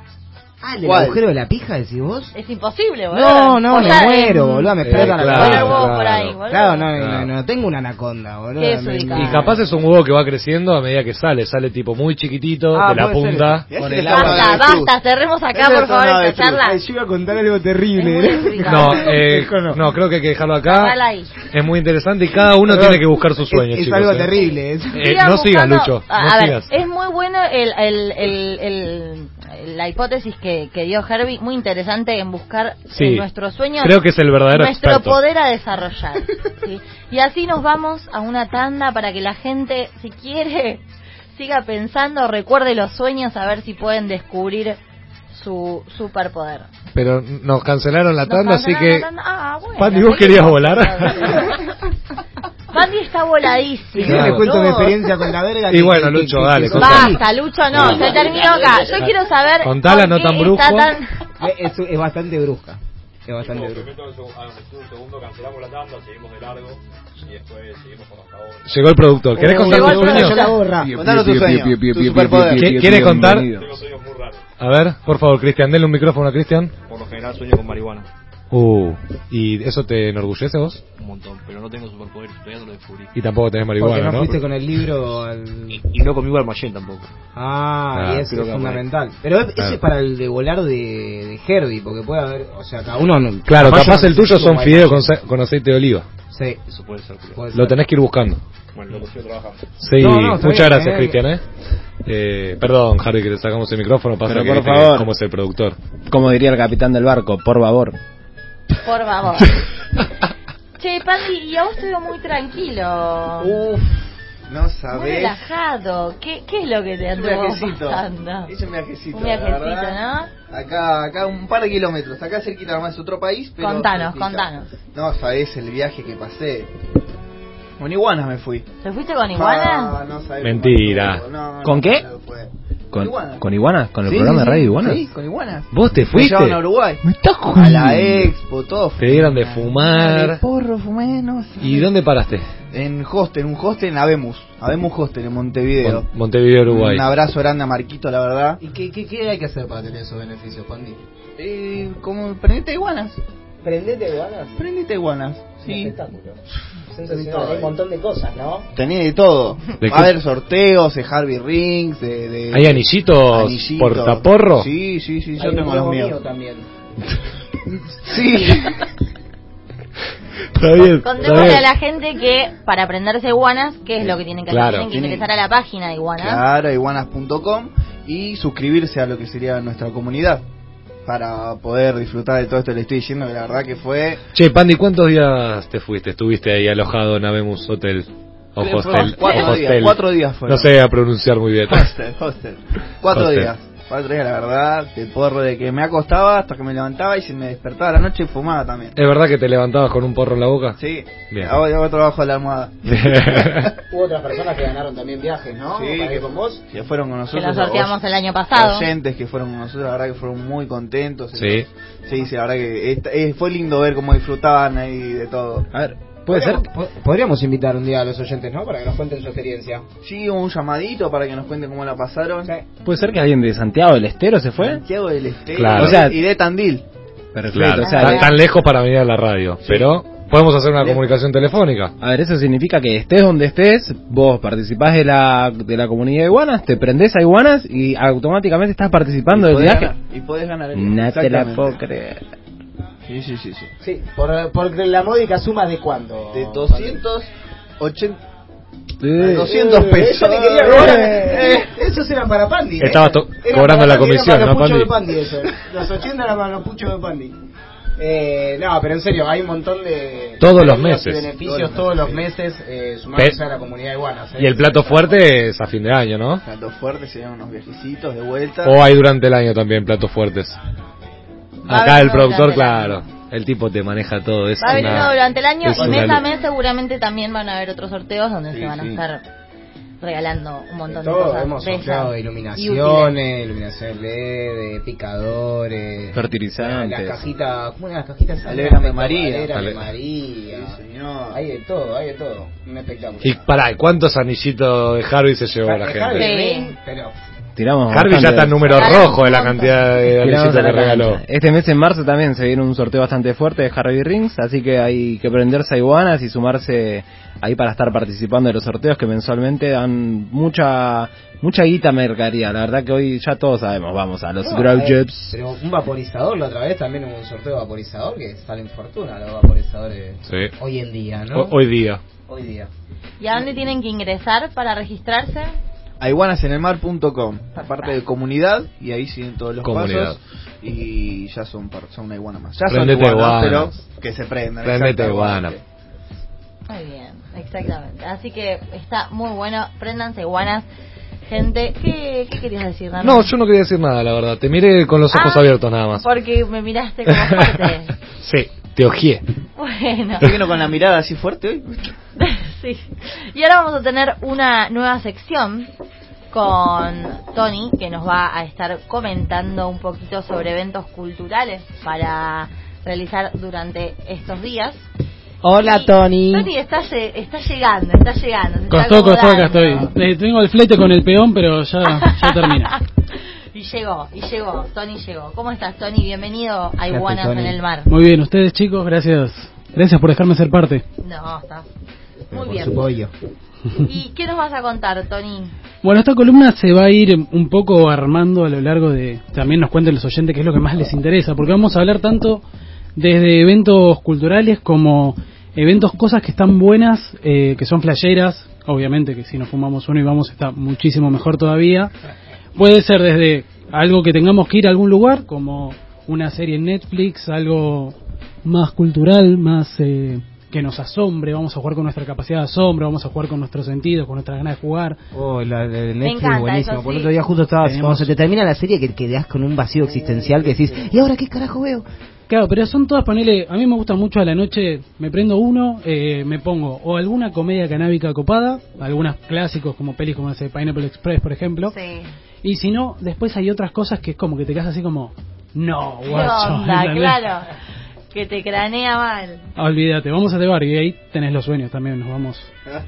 H: Ah, ¿el del
B: ¿Cuál?
H: agujero de la pija decís vos?
F: Es imposible, boludo.
H: No, no, me
F: Polla en-
H: muero, boludo, me
G: Eh,
H: explota la
G: claro,
F: poner
H: cabeza.
F: huevo por ahí,
G: claro.
F: boludo.
H: Claro, no, no,
G: Claro.
H: no, no tengo una anaconda, boludo.
F: Qué desubicado.
H: me,
G: y capaz es un huevo que va creciendo a medida que sale. Sale tipo muy chiquitito,
H: Ah,
G: de la
H: puede ser.
G: punta.
B: Y así
I: Con
B: le
I: el
B: estamos
I: agua.
F: Basta,
B: dando el
F: basta, cerremos acá,
H: Ese
F: por
H: es una
F: favor, esta
H: avestruz.
F: charla.
H: Ay, yo iba a contar algo
F: Es muy
H: terrible.
G: No, eh,
H: Mejor no.
G: no, creo que hay que dejarlo
F: Dejala
G: acá.
F: ahí.
G: Es muy interesante y cada uno
H: Perdón,
G: tiene que buscar su
H: es-
G: sueño,
H: Es,
G: chicos,
H: algo
G: eh.
H: terrible. es-
G: Eh,
F: Sigan
G: no sigas,
F: buscando-
G: Lucho,
F: A,
G: no
F: a ver,
G: sigas.
F: es muy bueno el, el, el, el- el- la hipótesis que, que dio Herbie, muy interesante en buscar
G: Sí.
F: en nuestros sueños
G: Creo que es el verdadero
F: nuestro
G: experto.
F: poder a desarrollar. ¿sí? Y así nos vamos a una tanda para que la gente, si quiere, siga pensando, recuerde los sueños, a ver si pueden descubrir su superpoder.
G: Pero nos cancelaron la
F: Nos
G: tanda,
F: vamos a
G: así
F: la
G: que...
F: tanda. Ah, bueno,
G: Pati, ¿vos
F: seguimos.
G: querías volar?
F: Pati está voladísimo.
H: Si quieres le cuento mi
F: No.
H: experiencia con la verga.
G: Y bueno, Lucho, dale, contame.
F: Basta, Lucho, no, se terminó acá. Yo quiero saber.
G: Contala,
F: por
G: no
F: qué
G: tan brusco.
F: está tan-
H: Eh, Es, es bastante brusca. Es bastante brusca.
J: Pues,
G: Llegó el productor. ¿Querés
H: Oh,
G: contar
H: llegó
G: tu
H: el
G: sueño?
H: productor, yo la borra.
B: Contanos tu sueño, tu superpoder.
G: ¿Quieres contar?
I: Bienvenido.
G: A ver, por favor, Cristian, denle un micrófono a Cristian.
J: Por lo general sueño con marihuana.
G: Uh, ¿y eso te enorgullece vos?
J: Un montón. Pero no tengo superpoderes, todavía no lo descubrí.
G: Y tampoco tenés
H: Porque
G: marihuana,
H: no
G: ¿no?
H: fuiste con el libro al...
J: Y, y no comí Guarmallén tampoco.
H: Ah,
G: Ah,
H: y eso
J: creo
H: es
J: que
H: fundamental. Pero ese
G: Claro.
H: es para el de volar de, de Herbie, porque puede haber, o sea, cada uno... no-
G: Claro,
H: yo
G: capaz
H: no
G: el
H: sé
G: tuyo
H: si
G: son
H: como
G: fideos
H: hay-
G: con, ace- con aceite de oliva.
H: Sí,
J: Eso puede ser. creo.
H: puede
G: Lo
H: ser.
G: tenés que ir buscando.
J: Bueno, lo consigo trabajar.
G: Sí,
H: No, no, está
G: muchas
H: bien,
G: gracias,
H: eh.
G: Cristian, ¿eh? Eh, Perdón, Harry, que le sacamos el micrófono. Pasa
I: Pero
G: que
I: por
G: viste
I: favor.
G: cómo es el productor.
I: Como diría el capitán del barco, por favor.
F: Por favor. che, padre, y a vos te veo muy tranquilo.
B: Uff, no
F: muy
B: sabés.
F: relajado. ¿Qué, ¿Qué es lo que te
B: Es un
F: anduvo
B: viajecito.
F: pasando?
B: Es un viajecito.
F: Un
B: la
F: viajecito,
B: verdad. Acá, acá un par de kilómetros. Acá cerquita nomás es otro país. Pero
F: Contanos,
B: cerquita.
F: contanos.
B: No sabés el viaje que pasé. Con iguanas me fui.
F: ¿Te fuiste con iguana?
B: Ah, no sabés
G: Mentira.
B: cómo estuvo. No,
I: ¿Con
B: no,
I: qué?
B: no fue.
I: ¿Con,
B: Iguanas.
I: con Iguanas? ¿Con el
B: Sí, sí,
I: programa de Radio
B: sí.
I: Iguanas?
B: Sí, con iguanas.
I: ¿Vos te
B: Me
I: fuiste?
B: llevaban a Uruguay.
I: Me estás
B: A
I: jodiendo.
B: la expo, todo.
G: Te dieron de
B: fumé.
G: fumar.
B: De porro, fumé, no sé.
G: ¿Y dónde paraste?
B: En hostel, un hostel en Abemus. Abemus Hostel en Montevideo.
G: Mon- Montevideo, Uruguay.
B: Un abrazo grande a Marquito, la verdad.
H: ¿Y qué, qué, qué hay que hacer para tener esos beneficios, Pandi?
B: Eh, como prendete iguanas.
K: Prendete, ganas.
B: Prendete iguanas. Sí.
K: Espectáculo. Sensacional. Hay un montón de cosas, ¿no?
B: Tenés de todo.
G: ¿De
B: Va
G: qué?
B: a haber sorteos de Harvey Rings, de, de
G: ¿Hay anillitos,
B: anillitos.
G: portaporro?
B: Sí, sí, sí,
K: Hay
B: yo
K: un
B: tengo
K: juego
B: los
K: mío
B: míos.
K: también.
B: Sí.
G: Está bien, está
F: Contémosle
G: bien.
F: a la gente que para aprenderse iguanas, ¿qué es lo que tienen que
G: Claro.
F: hacer? Tienen que
B: Tienen-
F: ingresar a la página de iguanas.
B: claro, iguanas.com y suscribirse a lo que sería nuestra comunidad para poder disfrutar de todo esto que le estoy diciendo, que la verdad que fue
G: Che, Pandi, ¿cuántos días te fuiste? ¿Estuviste ahí alojado en Abemus Hotel? O
B: Fueron
G: hostel.
B: cuatro
G: o
B: días,
G: hostel.
B: cuatro días fueron.
G: No sé a pronunciar muy bien.
F: Ah.
B: Hostel, hostel. Cuatro
G: Hostel.
B: días. Cuatro días, la verdad, de porro de que me acostaba hasta que me levantaba y se me despertaba a la noche y fumaba también.
G: ¿Es verdad que te levantabas con un porro en la boca?
B: Sí,
G: Bien.
B: ahora hago trabajo de la almohada.
K: Hubo otras personas que ganaron también viajes, ¿no?
B: Sí,
K: Para ir
B: que-
K: con vos.
B: Que fueron con
F: que
B: nosotros.
F: lo sorteamos
B: los
F: el año pasado.
B: Oyentes que fueron con nosotros, la verdad que fueron muy contentos.
G: Sí.
B: Sí, sí, la verdad que esta- eh, fue lindo ver cómo disfrutaban ahí de todo.
I: A ver, ¿puede ser?
H: Po-
K: Podríamos invitar un día a los oyentes, ¿no? Para que nos cuenten su experiencia.
B: Sí, un llamadito para que nos cuenten cómo la pasaron.
I: ¿Puede ser que alguien de Santiago del Estero se fue?
B: Santiago del Estero
G: Claro.
B: O sea, y de Tandil.
I: Perfecto,
G: Claro,
I: o sea,
G: tan,
I: de-
G: tan lejos para venir a la radio. Pero podemos hacer una comunicación telefónica.
I: A ver, eso significa que estés donde estés, vos participás de la, de la comunidad de iguanas, te prendés a iguanas y automáticamente estás participando
B: y
I: del
B: podés
I: viaje.
B: ganar, y podés ganar. el-
I: No te la
B: Exactamente.
I: puedo creer.
B: Sí, sí, sí, sí.
K: Sí, por, por la módica suma de cuánto.
B: De 280...
I: Eh,
B: 200
K: Eh,
B: pesos.
K: Eso le quería cobrar.
B: Eh.
K: Eh, esos eran para Pandi.
F: Eh,
G: Estaba to- cobrando la comisión,
K: Era para
G: ¿no,
K: los puchos de
G: Pandi?
K: Pandi eso. Los 80 eran para los puchos de Pandi. Eh, no, pero en serio, hay un montón de.
G: Todos los
K: de
G: meses.
K: Beneficios todos los meses eh, sumándose
G: Pe-
K: a la comunidad de Iguanas. eh.
G: Y el plato fuerte es a fin de año, ¿no?
B: Plato fuerte serían unos viajecitos de vuelta.
G: O hay durante el año también platos fuertes.
F: a
G: Acá
F: haber
G: el
F: uno
G: productor,
F: durante el año.
G: claro. El tipo te maneja todo. Es
F: Va a haber
G: una-
F: uno durante el año
G: es
F: y
G: una
F: mes a
G: luz.
F: mes seguramente también van a haber otros sorteos donde
B: Sí,
F: se van a
B: sí.
F: estar regalando un montón de,
K: todo,
F: cosas.
K: hemos
F: bellas
K: sorteado
F: y útiles.
H: iluminaciones, iluminaciones LED, picadores,
I: Fertilizantes.
H: Las cajitas, ¿cómo eran las cajitas?
B: Alégrame María.
H: Alégrame
G: Ale-
H: María.
B: Sí, señor.
H: Hay de todo, hay de todo. Un espectáculo.
G: Y pará, ¿cuántos anillitos de Harvey se llevó la
H: Dejar de
G: gente?
H: reír,
F: Sí.
H: pero
I: Tiramos
G: Harvey ya
I: bastante.
G: está en número
F: Claro,
G: rojo de la
F: un montón.
G: cantidad de
I: Tiramos
G: anillitos
I: a la
G: que regaló.
I: cancha. Este mes en marzo también se viene un sorteo bastante fuerte de Harvey Rings, así que hay que prenderse a iguanas y sumarse ahí para estar participando de los sorteos que mensualmente dan mucha mucha guita mercaría. La verdad que hoy ya todos sabemos, vamos a los
H: No,
I: Grow
H: eh,
I: Jobs.
H: Pero un vaporizador, la otra vez también hubo un sorteo de vaporizador que salen fortuna los vaporizadores
G: Sí.
H: hoy en día, ¿no?
G: Ho- Hoy día.
H: Hoy día.
F: ¿Y a dónde tienen que ingresar para registrarse?
B: a iguanasenelmar.com,
H: Ah,
B: la parte de comunidad, y ahí siguen todos los
G: Comunidad.
B: pasos. Y ya son, par- son una iguana más. Ya
G: Prendete
B: son iguanas,
G: iguanas.
B: pero que se prendan.
G: Prendete
B: exactamente.
G: iguana.
F: Muy bien, exactamente. Así que está muy bueno. Préndanse guanas. Gente, ¿qué, qué querías decir,
H: Ah,
F: Damián?
G: No, yo no quería decir nada, la verdad. Te miré con los ojos
F: Ah,
G: abiertos nada más.
F: Porque me miraste como fuerte.
G: sí, te ojeé.
F: bueno.
B: ¿Por qué no con la mirada así fuerte hoy?
F: sí. Y ahora vamos a tener una nueva sección con Tony, que nos va a estar comentando un poquito sobre eventos culturales para realizar durante estos días.
H: Hola,
F: Y-
H: Tony.
F: Tony está, lle- está llegando, está llegando. se está
L: Costó, costó, acá
F: acomodando.
L: estoy. Eh, tengo el flete con el peón, pero ya, ya termina.
F: Y llegó, y llegó, Tony llegó. ¿Cómo estás, Tony? Bienvenido a Iguanas en el Mar.
L: Muy bien, ustedes chicos, gracias. Gracias por dejarme ser parte.
F: No, está. Muy bien.
L: su pollo.
F: ¿Y qué nos vas a contar, Tony?
L: Bueno, esta columna se va a ir un poco armando a lo largo de... También nos cuenten los oyentes qué es lo que más les interesa, porque vamos a hablar tanto desde eventos culturales como eventos, cosas que están buenas, eh, que son flasheras, obviamente que si nos fumamos uno y vamos está muchísimo mejor todavía. Puede ser desde algo que tengamos que ir a algún lugar, como una serie en Netflix, algo más cultural, más eh, que nos asombre, vamos a jugar con nuestra capacidad de asombro, vamos a jugar con nuestros sentidos, con nuestras ganas de jugar.
H: Oh, la de
L: Me
H: Netflix
L: encanta,
H: buenísimo.
L: eso
H: Por el
L: sí.
H: otro día justo estabas,
L: Tenemos-
H: cuando se te termina la serie que quedás con un vacío existencial que decís, ¿y ahora qué carajo veo?
L: Claro, pero son todas ponele, a mí me gusta mucho a la noche, me prendo uno, eh, me pongo o alguna comedia canábica copada, algunos clásicos como pelis como ese Pineapple Express, por ejemplo. Y si no, después hay otras cosas que es como que te quedas así como, no,
F: ¿Qué
L: guacho.
F: onda?
L: ¿entendés?
F: Claro. Que te cranea mal.
L: Olvídate, vamos a llevar y ahí tenés los sueños también, nos vamos
H: Ah.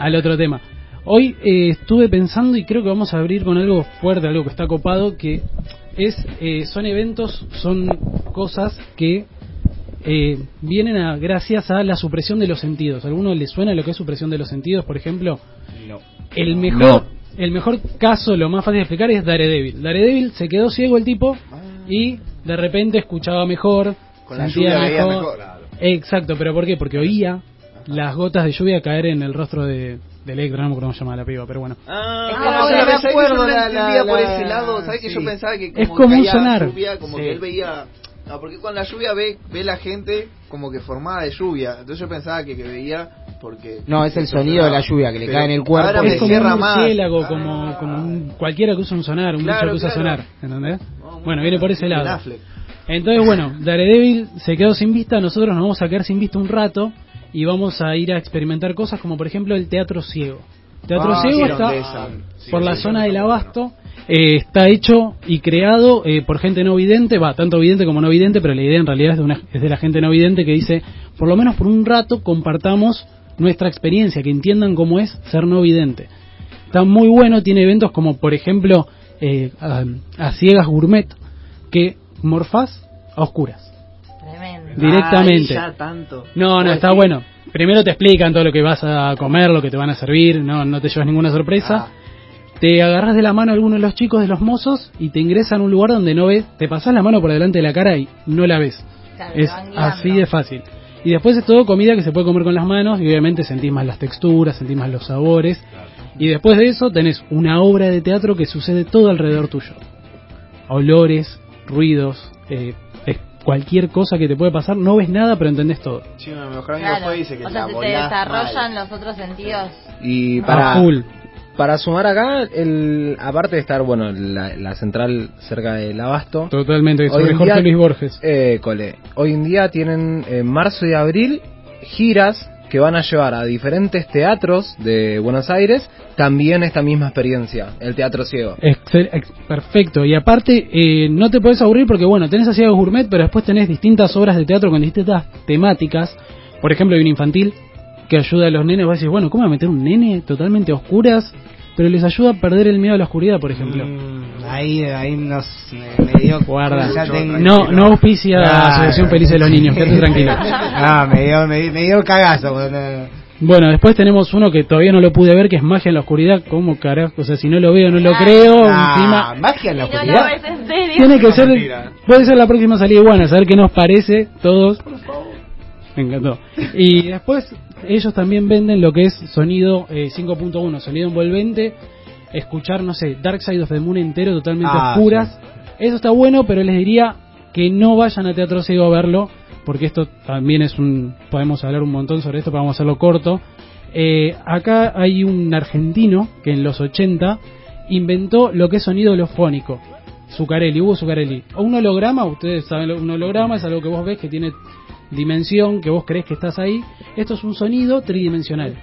L: al otro tema. Hoy eh, estuve pensando y creo que vamos a abrir con algo fuerte, algo que está copado, que es eh, son eventos, son cosas que eh, vienen a, gracias a la supresión de los sentidos. ¿A alguno le suena lo que es supresión de los sentidos, por ejemplo?
H: No.
L: El mejor, el mejor caso, lo más fácil de explicar es Daredevil. Daredevil se quedó ciego el tipo y de repente escuchaba mejor,
B: Con la lluvia veía mejor.
L: Exacto, pero ¿por qué? Porque oía las gotas de lluvia caer en el rostro de, de Electra, no me acuerdo cómo se llamaba la piba, pero bueno.
B: Ah,
K: Es
B: es
K: como
B: como
K: que
B: que
K: me acuerdo
B: yo no
K: la-
B: entendía
K: la-
B: por
K: la-
B: ese lado, ¿sabes que yo
K: sí.
B: pensaba que
L: Es
B: como
L: como un
B: caía
L: sonar.
B: lluvia, como que él veía no, porque cuando la lluvia ve ve la gente como que formada de lluvia, entonces yo pensaba que, que veía porque
H: No, es el
B: eso
H: sonido de la
B: sonaba.
H: lluvia que le
B: Pero
H: cae en el cuerpo.
B: ahora me
L: es como
B: cierra
L: un
B: más. Ah,
L: murciélago, como, como un- cualquiera que usa un sonar, un bicho
B: Claro,
L: que usa
B: claro. Oh,
L: sonar, ¿entendés? bueno, viene por ese
B: Ben
L: lado.
B: Affleck.
L: Entonces, bueno, Daredevil se quedó sin vista, nosotros nos vamos a quedar sin vista un rato y vamos a ir a experimentar cosas como, por ejemplo, el teatro ciego. Teatro
H: Ah,
L: ciego
H: sí,
L: está
H: de esa. Sí,
L: por
H: sí,
L: la
H: sí,
L: zona
H: sí,
L: del
H: está
L: abasto, eh, está hecho y creado eh, por gente no vidente, va, tanto vidente como no vidente, pero la idea en realidad es de, una- es de la gente no vidente que dice, por lo menos por un rato compartamos nuestra experiencia, que entiendan cómo es ser no vidente. Está muy bueno, tiene eventos como, por ejemplo, eh, a, a ciegas gourmet, que morfás a oscuras.
F: Tremendo.
L: Directamente.
K: Ay, ya tanto.
L: No,
B: Pues
L: no, está bueno. Primero te explican todo lo que vas a comer, lo que te van a servir, no, no te llevas ninguna sorpresa. Te agarras de la mano a alguno de los chicos de los mozos y te ingresan a un lugar donde no ves, te pasas la mano por delante de la cara y no la ves.
F: Claro,
L: es
F: van guiando.
L: así de fácil. Y después es todo comida que se puede comer con las manos y obviamente sentís más las texturas, sentís más los sabores. Y después de eso tenés una obra de teatro que sucede todo alrededor tuyo. Olores, ruidos, eh, es cualquier cosa que te puede pasar, no ves nada pero entendés todo.
B: Sí, mi mejor amigo
F: Claro.
B: fue y dice que
F: o sea,
B: la
F: se te
B: volás
F: desarrollan los otros sentidos.
I: Y
L: A
I: para,
L: full.
I: para sumar acá, el aparte de estar, bueno, la, la central cerca del Abasto.
L: Totalmente, sobre
I: en
L: Jorge
I: día-
L: Luis Borges.
I: Eh, cole. Hoy en día tienen en marzo y abril giras que van a llevar a diferentes teatros de Buenos Aires también esta misma experiencia, el teatro ciego.
L: Excel- ex- perfecto. Y aparte, eh, no te puedes aburrir porque, bueno, tenés así algo gourmet, pero después tenés distintas obras de teatro con distintas temáticas. Por ejemplo, hay un infantil que ayuda a los nenes. Vos decís, bueno, ¿cómo va a meter un nene totalmente a oscuras? Pero les ayuda a perder el miedo a la oscuridad, por ejemplo.
H: Mm. Ahí, ahí nos me, me dio
L: Guarda.
H: ya tengo-
L: No, no auspicia
H: Claro.
L: la Asociación Feliz de los Niños, quédate tranquilo.
H: Ah, me dio, me, di- me dio cagazo. pues, no, no.
L: Bueno, después tenemos uno que todavía no lo pude ver, que es Magia en la Oscuridad. ¿Cómo carajo? O sea, si no lo veo, no lo creo.
H: Ah,
L: Encima,
H: magia en la
F: No lo
H: oscuridad.
F: ves en serio.
L: Tiene que
H: No,
L: ser.
H: mentira.
L: Puede ser la próxima salida iguana, saber qué nos parece todos. Me encantó. Y después, ellos también venden lo que es sonido eh, 5.1, sonido envolvente. Escuchar, no sé, Dark Side of the Moon entero, totalmente
H: Ah,
L: oscuras. Eso está bueno, pero les diría que no vayan a Teatro Ciego a verlo, porque esto también es un. Podemos hablar un montón sobre esto, pero vamos a hacerlo corto. Eh, acá hay un argentino que en los 80 inventó lo que es sonido holofónico. Zucarelli, Hugo Zucarelli. O un holograma, ustedes saben, lo- un holograma es algo que vos ves que tiene dimensión, que vos crees que estás ahí. Esto es un sonido tridimensional.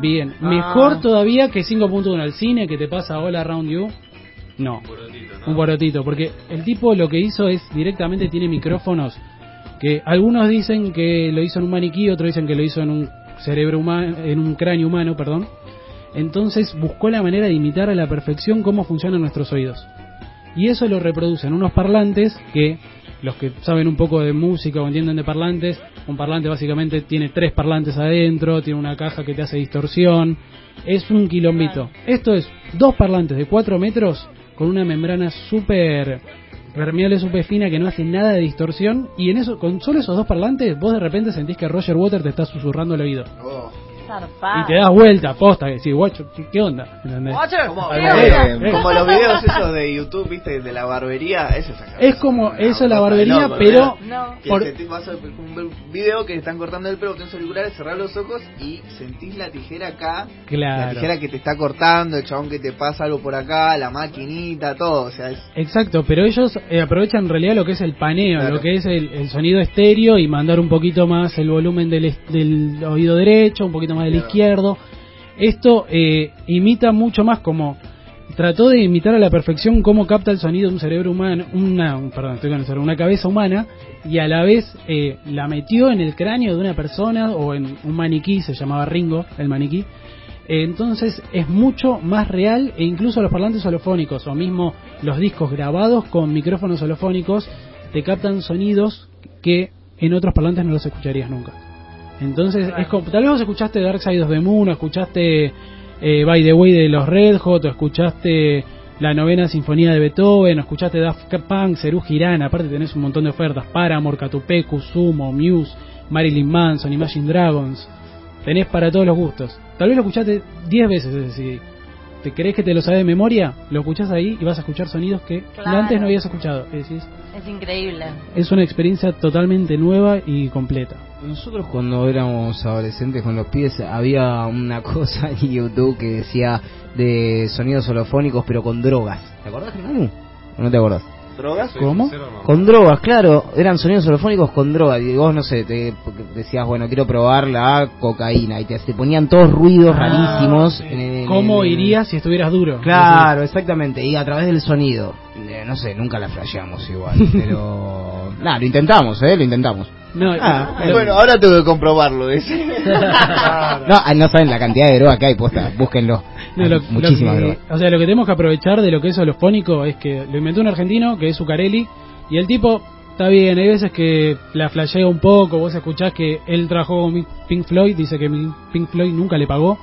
L: Bien, mejor todavía que 5.1 al cine que te pasa All Around You. No, un borotito, porque el tipo lo que hizo es directamente tiene micrófonos que algunos dicen que lo hizo en un maniquí, otros dicen que lo hizo en un cerebro humano, en un cráneo humano, perdón. Entonces buscó la manera de imitar a la perfección cómo funcionan nuestros oídos. y eso lo reproducen unos parlantes que los que saben un poco de música o entienden de parlantes, un parlante básicamente tiene tres parlantes adentro, tiene una caja que te hace distorsión, es un quilombito. Esto es dos parlantes de 4 metros con una membrana súper permeable, súper fina que no hace nada de distorsión y en eso, con solo esos dos parlantes vos de repente sentís que Roger Water te está susurrando el oído.
F: Ah.
L: Y te das vuelta, posta, que decís, guacho, ¿qué- ¿qué onda? ¿Entendés?
B: Como,
L: Al
B: eh,
L: revés.
B: como los videos esos de YouTube, viste, de la barbería, eso es acá.
L: Es como eso la barbería,
B: No,
L: pero...
B: no. Que
L: por-
B: se te pasa un video que te están cortando el pelo, tenés auriculares, cerrás los ojos y sentís la tijera acá.
L: Claro.
B: La tijera que te está cortando, el chabón que te pasa algo por acá, la maquinita, todo. O sea, es
L: Exacto, pero ellos eh, aprovechan en realidad lo que es el paneo, lo que es el, el sonido estéreo y mandar un poquito más el volumen del, est- del oído derecho, un poquito más del izquierdo. Esto eh, imita mucho más como... Trató de imitar a la perfección cómo capta el sonido de un cerebro humano, una, un- perdón, estoy con el cerebro, una cabeza humana, y a la vez eh, la metió en el cráneo de una persona o en un maniquí, se llamaba Ringo, el maniquí, entonces es mucho más real e incluso los parlantes holofónicos o mismo los discos grabados con micrófonos holofónicos te captan sonidos que en otros parlantes no los escucharías nunca. Entonces es como- tal vez vos escuchaste Dark Side of the Moon, o escuchaste eh, By the Way de los Red Hot, o escuchaste la novena sinfonía de Beethoven, o escuchaste Daft Punk, Serú Girán, aparte tenés un montón de ofertas, Paramore, Catupecu, Sumo, Muse, Marilyn Manson, Imagine Dragons, tenés para todos los gustos. Tal vez lo escuchaste 10 veces ese CD. ¿Te crees que te lo sabes de memoria? Lo escuchás ahí y vas a escuchar sonidos que
F: Claro.
L: antes no habías escuchado. Es, decir,
F: Es increíble.
L: es una experiencia totalmente nueva y completa.
H: Nosotros cuando éramos adolescentes con los pies había una cosa en YouTube que decía de sonidos holofónicos pero con drogas. ¿Te acordás, Manu? ¿O no te acordás?
B: ¿Drogas?
H: ¿Cómo? Con drogas, claro. Eran sonidos holofónicos con drogas. Y vos, no sé, te decías, bueno, quiero probar la cocaína. Y te, te ponían todos ruidos rarísimos. en- en-
L: Ah, ¿Cómo
H: en-
L: irías si estuvieras duro?
H: Claro, exactamente. Y a través del sonido. Eh, No sé, nunca la flasheamos igual. pero... Nada, lo intentamos, ¿eh? Lo intentamos.
L: No,
H: Ah,
B: eh, bueno, ahora tengo que comprobarlo. ¿ves?
H: No, ah, no saben la cantidad de droga que hay, posta, búsquenlo.
L: No, lo-
H: Hay muchísimas
L: lo que-
H: drogas.
L: O sea, lo que tenemos que aprovechar de lo que es holofónico es que lo inventó un argentino, que es Zuccarelli, y el tipo, está bien, hay veces que la flashea un poco, vos escuchás que él trabajó con Pink Floyd, dice que Pink Floyd nunca le pagó,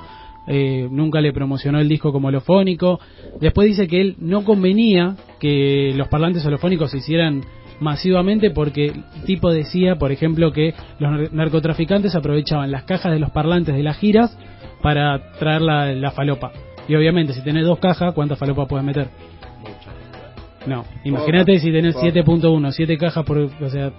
L: eh, nunca le promocionó el disco como holofónico, después dice que él no convenía que los parlantes holofónicos se hicieran masivamente porque el tipo decía, por ejemplo, que los nar- narcotraficantes aprovechaban las cajas de los parlantes de las giras para traer la, la falopa. Y obviamente, si tenés dos cajas, ¿cuántas falopas puedes meter? No, imagínate si tenés
H: Poca.
L: 7.1, 7 cajas por... O sea,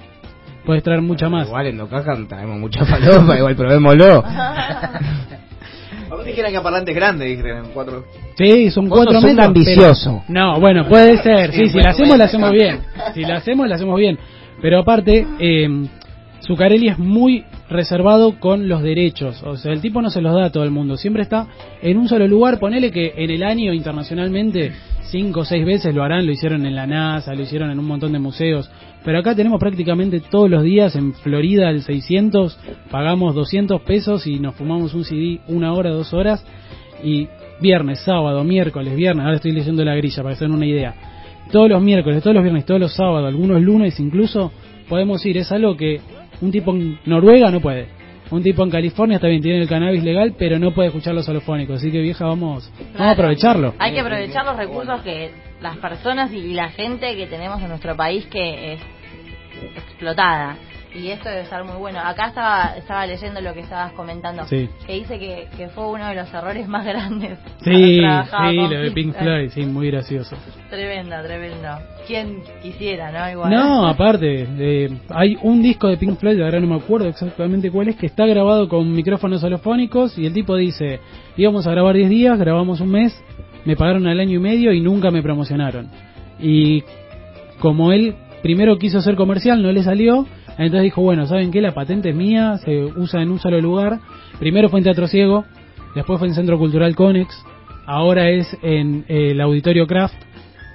L: puedes traer mucha más.
H: Igual en dos cajas traemos mucha falopa, igual probémoslo.
B: Ahora dijeron que a parlantes grandes, dijeron cuatro.
L: Sí, son
H: Vos no
L: 4
H: sos
L: metros.
H: ambicioso.
L: pero- No, bueno, puede ser. Sí,
H: Sí,
L: si
H: bueno,
L: la hacemos,
H: bueno.
L: la hacemos bien. Si la hacemos, la hacemos bien. Pero aparte, eh, Zuccarelli es muy reservado con los derechos. O sea, el tipo no se los da a todo el mundo. Siempre está en un solo lugar. Ponele que en el año internacionalmente, cinco o seis veces lo harán. Lo hicieron en la NASA, lo hicieron en un montón de museos. Pero acá tenemos prácticamente todos los días en Florida el 600. Pagamos 200 pesos y nos fumamos un CD una hora, dos horas. Y viernes, sábado, miércoles, viernes. Ahora estoy leyendo la grilla para que se den una idea todos los miércoles, todos los viernes, todos los sábados, algunos lunes incluso, podemos ir. Es algo que un tipo en Noruega no puede. Un tipo en California está bien, tiene el cannabis legal, pero no puede escuchar los holofónicos. Así que vieja, vamos, vamos a aprovecharlo.
F: Hay que aprovechar los recursos que las personas y la gente que tenemos en nuestro país que es explotada. Y esto debe estar muy bueno. Acá estaba, estaba leyendo lo que estabas comentando.
L: Sí.
F: Que dice que, que fue uno de los errores más grandes.
L: Sí,
F: trabajaba
L: sí,
F: con
L: lo de Pink
F: Pink
L: Floyd, sí, muy gracioso.
F: Tremendo, tremendo. ¿Quién quisiera, no? Igual.
L: No, aparte, eh, hay un disco de Pink Floyd, ahora no me acuerdo exactamente cuál es, que está grabado con micrófonos holofónicos y el tipo dice, íbamos a grabar 10 días, grabamos un mes, me pagaron al año y medio y nunca me promocionaron. Y como él primero quiso ser comercial, no le salió, entonces dijo, bueno, ¿saben qué? La patente es mía, se usa en un solo lugar. Primero fue en Teatro Ciego, después fue en Centro Cultural Conex, ahora es en eh, el Auditorio Kraft,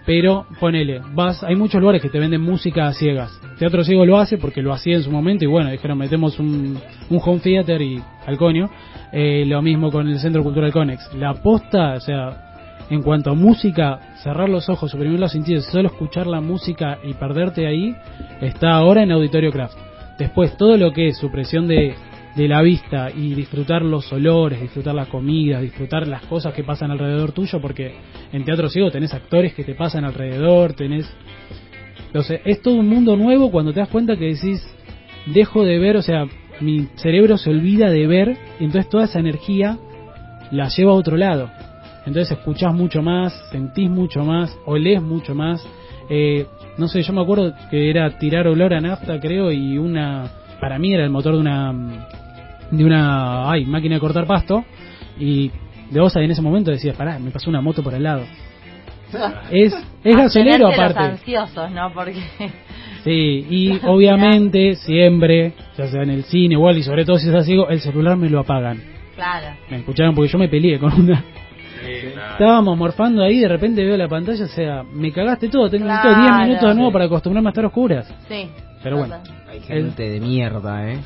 L: pero ponele, vas, hay muchos lugares que te venden música a ciegas. Teatro Ciego lo hace porque lo hacía en su momento y bueno, dijeron metemos un, un home theater y al coño. Eh, lo mismo con el Centro Cultural Conex. La posta, o sea, en cuanto a música, cerrar los ojos, suprimir los sentidos, solo escuchar la música y perderte ahí, está ahora en Auditorio Craft. Después, todo lo que es supresión de, de la vista y disfrutar los olores, disfrutar la comida, disfrutar las cosas que pasan alrededor tuyo, porque en Teatro Ciego tenés actores que te pasan alrededor, tenés... Entonces, es todo un mundo nuevo cuando te das cuenta que decís, dejo de ver, o sea, mi cerebro se olvida de ver, y entonces toda esa energía la lleva a otro lado. Entonces escuchás mucho más, sentís mucho más, olés mucho más. Eh, no sé, yo me acuerdo que era tirar olor a nafta, creo, y una. Para mí era el motor de una. De una. Ay, máquina de cortar pasto. Y de vos ahí en ese momento decías, pará, me pasó una moto por al lado. Es,
F: Ah,
L: es gasolero
F: Abstenerse de los
L: aparte.
F: ansiosos, ¿no? Porque...
L: Sí, y obviamente siempre, ya sea en el cine igual y sobre todo si es así, el celular me lo apagan.
F: Claro.
L: Me escucharon porque yo me peleé con una. Estábamos morfando ahí, de repente veo la pantalla, o sea, me cagaste todo, tengo necesito
F: Claro.
L: 10 minutos de nuevo para acostumbrarme a estar a oscuras.
F: Sí.
L: Pero bueno.
H: Hay gente de mierda, ¿eh?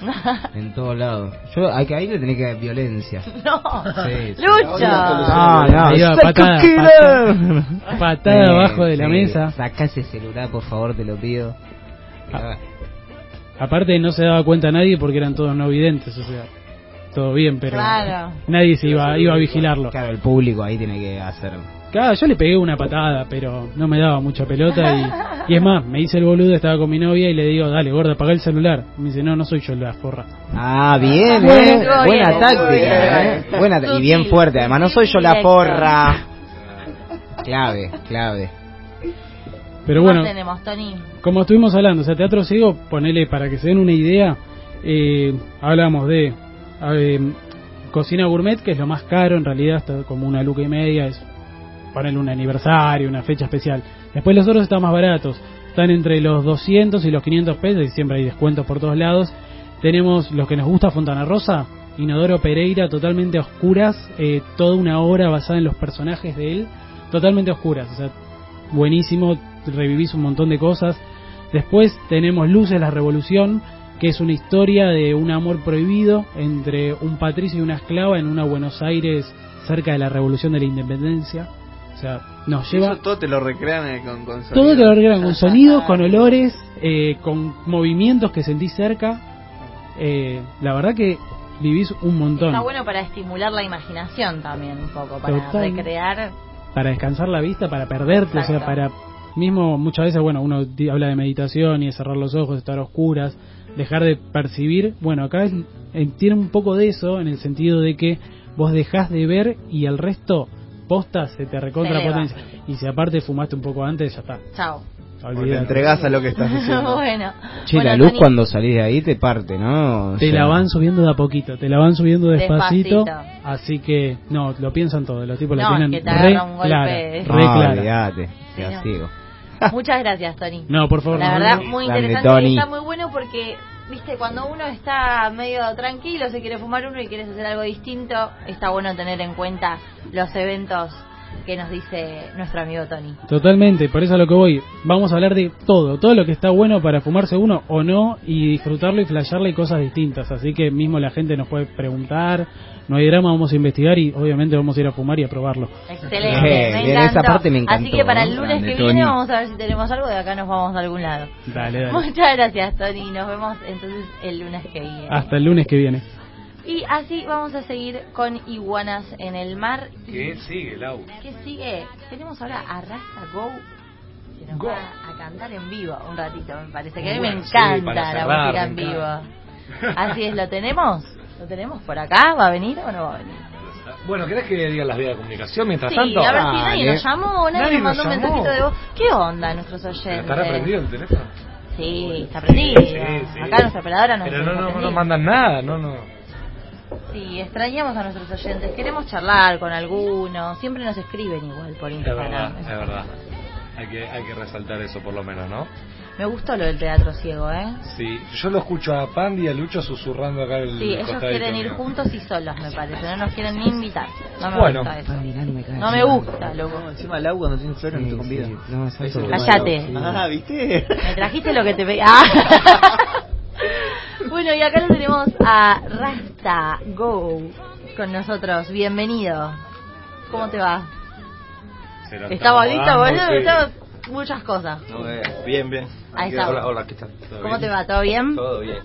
H: en todos lados. Yo, hay que ahí le tenés que dar violencia.
F: No.
H: Sí, sí.
L: ¡Lucha!
H: No, Ah, no,
L: Ahí va,
H: psycho
L: patada,
H: killer.
L: patada. Patada abajo de la mesa.
H: Sacá ese celular, por favor, te lo pido.
L: Ah. Aparte no se daba cuenta nadie porque eran todos no videntes, o sea, todo bien, pero
F: Claro.
L: nadie se iba, iba a vigilarlo.
H: Claro, el público ahí tiene que hacer.
L: Claro, yo le pegué una patada, pero no me daba mucha pelota y, y es más, me hice el boludo, estaba con mi novia y le digo, dale gorda, apaga el celular. Me dice, no, no soy yo la forra.
H: Ah, bien,
L: Bueno,
H: eh.
L: estuvo
H: Buena
L: bien,
H: táctica,
L: estuvo bien.
H: eh. Buena ta- y bien
L: Sutil,
H: fuerte. Además, no soy yo la
L: directo.
H: porra. Clave, clave.
L: Pero bueno,
F: Más tenemos, Tony?
L: como estuvimos hablando, o sea, Teatro Ciego, ponele para que se den una idea, eh, hablamos de eh, cocina gourmet, que es lo más caro, en realidad está como una luca y media, es ponerle un aniversario, una fecha especial. Después los otros están más baratos, están entre los 200 y los 500 pesos, y siempre hay descuentos por todos lados. Tenemos los que nos gusta Fontana Rosa, Inodoro Pereira, totalmente a oscuras, eh, toda una obra basada en los personajes de él, totalmente a oscuras, o sea, buenísimo, revivís un montón de cosas. Después tenemos Luces, la Revolución, que es una historia de un amor prohibido entre un patricio y una esclava en una Buenos Aires cerca de la Revolución de la Independencia. O sea, nos lleva
B: Eso todo te lo recrean eh, con, con
L: todo
B: sonido.
L: te lo arreglan con sonidos, con olores, eh, con movimientos que sentís cerca. Eh, la verdad que vivís un montón.
F: Está bueno para estimular la imaginación también un poco, para
L: Total.
F: recrear.
L: Para descansar la vista, para perderte, o
F: Exacto.
L: sea, para... Mismo muchas veces, bueno, uno di- habla de meditación y de cerrar los ojos, estar a oscuras, dejar de percibir. Bueno, acá es- eh, tiene un poco de eso en el sentido de que vos dejás de ver y el resto posta se te recontra
F: Se eleva.
L: potencia. Y si aparte fumaste un poco antes, ya está.
F: Chao.
B: O te
L: Olvidate.
B: entregás a lo que estás diciendo.
F: bueno.
H: Che,
F: Bueno,
H: la luz
F: Tony,
H: cuando salís de ahí te parte, ¿no? O
L: Te
H: sea,
L: la van subiendo de a poquito, te la van subiendo despacito,
F: Despacito.
L: así que no, lo piensan todo, los tipos
F: No,
L: la
F: es
L: tienen
F: que te
L: re
F: agarra un golpe.
L: clara, re
H: Ah,
L: clara.
H: olvidate, te
F: Sí, no.
H: castigo.
F: Muchas gracias, Tony.
L: No, por favor,
F: La
L: no,
F: verdad,
L: no.
F: muy
H: Grande,
F: interesante.
H: Tony.
F: Está muy bueno porque, viste, cuando uno está medio tranquilo, se quiere fumar uno y quieres hacer algo distinto, está bueno tener en cuenta los eventos que nos dice nuestro amigo Tony.
L: Totalmente, por eso a lo que voy, vamos a hablar de todo, todo lo que está bueno para fumarse uno o no y disfrutarlo y flashearlo y cosas distintas, así que mismo la gente nos puede preguntar, no hay drama, vamos a investigar y obviamente vamos a ir a fumar y a probarlo.
F: Excelente,
H: Eh,
F: me
H: bien,
F: encantó.
H: esa parte me encantó,
F: Así que para el
H: ¿no?
F: lunes
H: Grande,
F: que viene
H: Tony.
F: vamos a ver si tenemos algo de acá nos vamos a algún lado.
L: Dale, dale.
F: Muchas gracias, Tony. Nos vemos entonces el lunes que viene.
L: Hasta el lunes que viene.
F: Y así vamos a seguir con Iguanas en el Mar.
G: ¿Qué sigue, Lau?
F: ¿Qué sigue? Tenemos ahora a Rasta Go, que nos va a cantar en vivo un ratito, me parece. Que a mí me
D: Bueno, sí,
F: encanta
D: para cerrar,
F: la música en
D: me
F: vivo. Así es, ¿lo tenemos? ¿Lo tenemos por acá? ¿Va a venir o no va a venir?
G: Bueno, ¿querés que digan las vías de comunicación mientras
F: Sí,
G: tanto?
F: a ver si nadie
G: Dale.
F: nos llamó, nadie,
G: Nadie
F: nos mandó un
G: nos llamó.
F: mensajito de voz. ¿Qué onda nuestros oyentes?
G: ¿Está reprendido el teléfono?
F: Sí, está prendido. Acá nuestra operadora nos
G: Pero
F: está
G: no, no, no
F: prendido.
G: nos mandan nada, no, no.
F: Sí, extrañamos a nuestros oyentes. Queremos charlar con alguno. Siempre nos escriben igual por
G: Es
F: Instagram.
G: verdad, es verdad. Hay que, hay que resaltar eso por lo menos, ¿no?
F: Me gustó lo del teatro ciego, ¿eh?
G: Sí, yo lo escucho a Pandi y a Lucho susurrando acá el
F: Sí, ellos
G: costadito
F: quieren ir
G: mío.
F: juntos y solos, me parece. No nos quieren ni invitar. No me
G: Bueno.
F: gusta eso. No
H: No
F: me gusta, loco.
B: Encima el agua no tiene suero, no te convida.
H: No, exacto.
F: Cállate.
B: Ah, ¿viste?
F: Me trajiste lo que te pedí. Ah. bueno, y acá lo tenemos a Rasta Go con nosotros. Bienvenido. ¿Cómo te va?
J: Se la estamos
F: Estaba lista,
J: dando,
F: boludo.
J: sí.
F: estaba muchas cosas.
J: No, eh, Bien, bien.
F: Ahí está.
J: Hola, hola, ¿qué tal? ¿Todo
F: ¿Cómo
J: bien?
F: te va? ¿Todo bien?
J: Todo bien.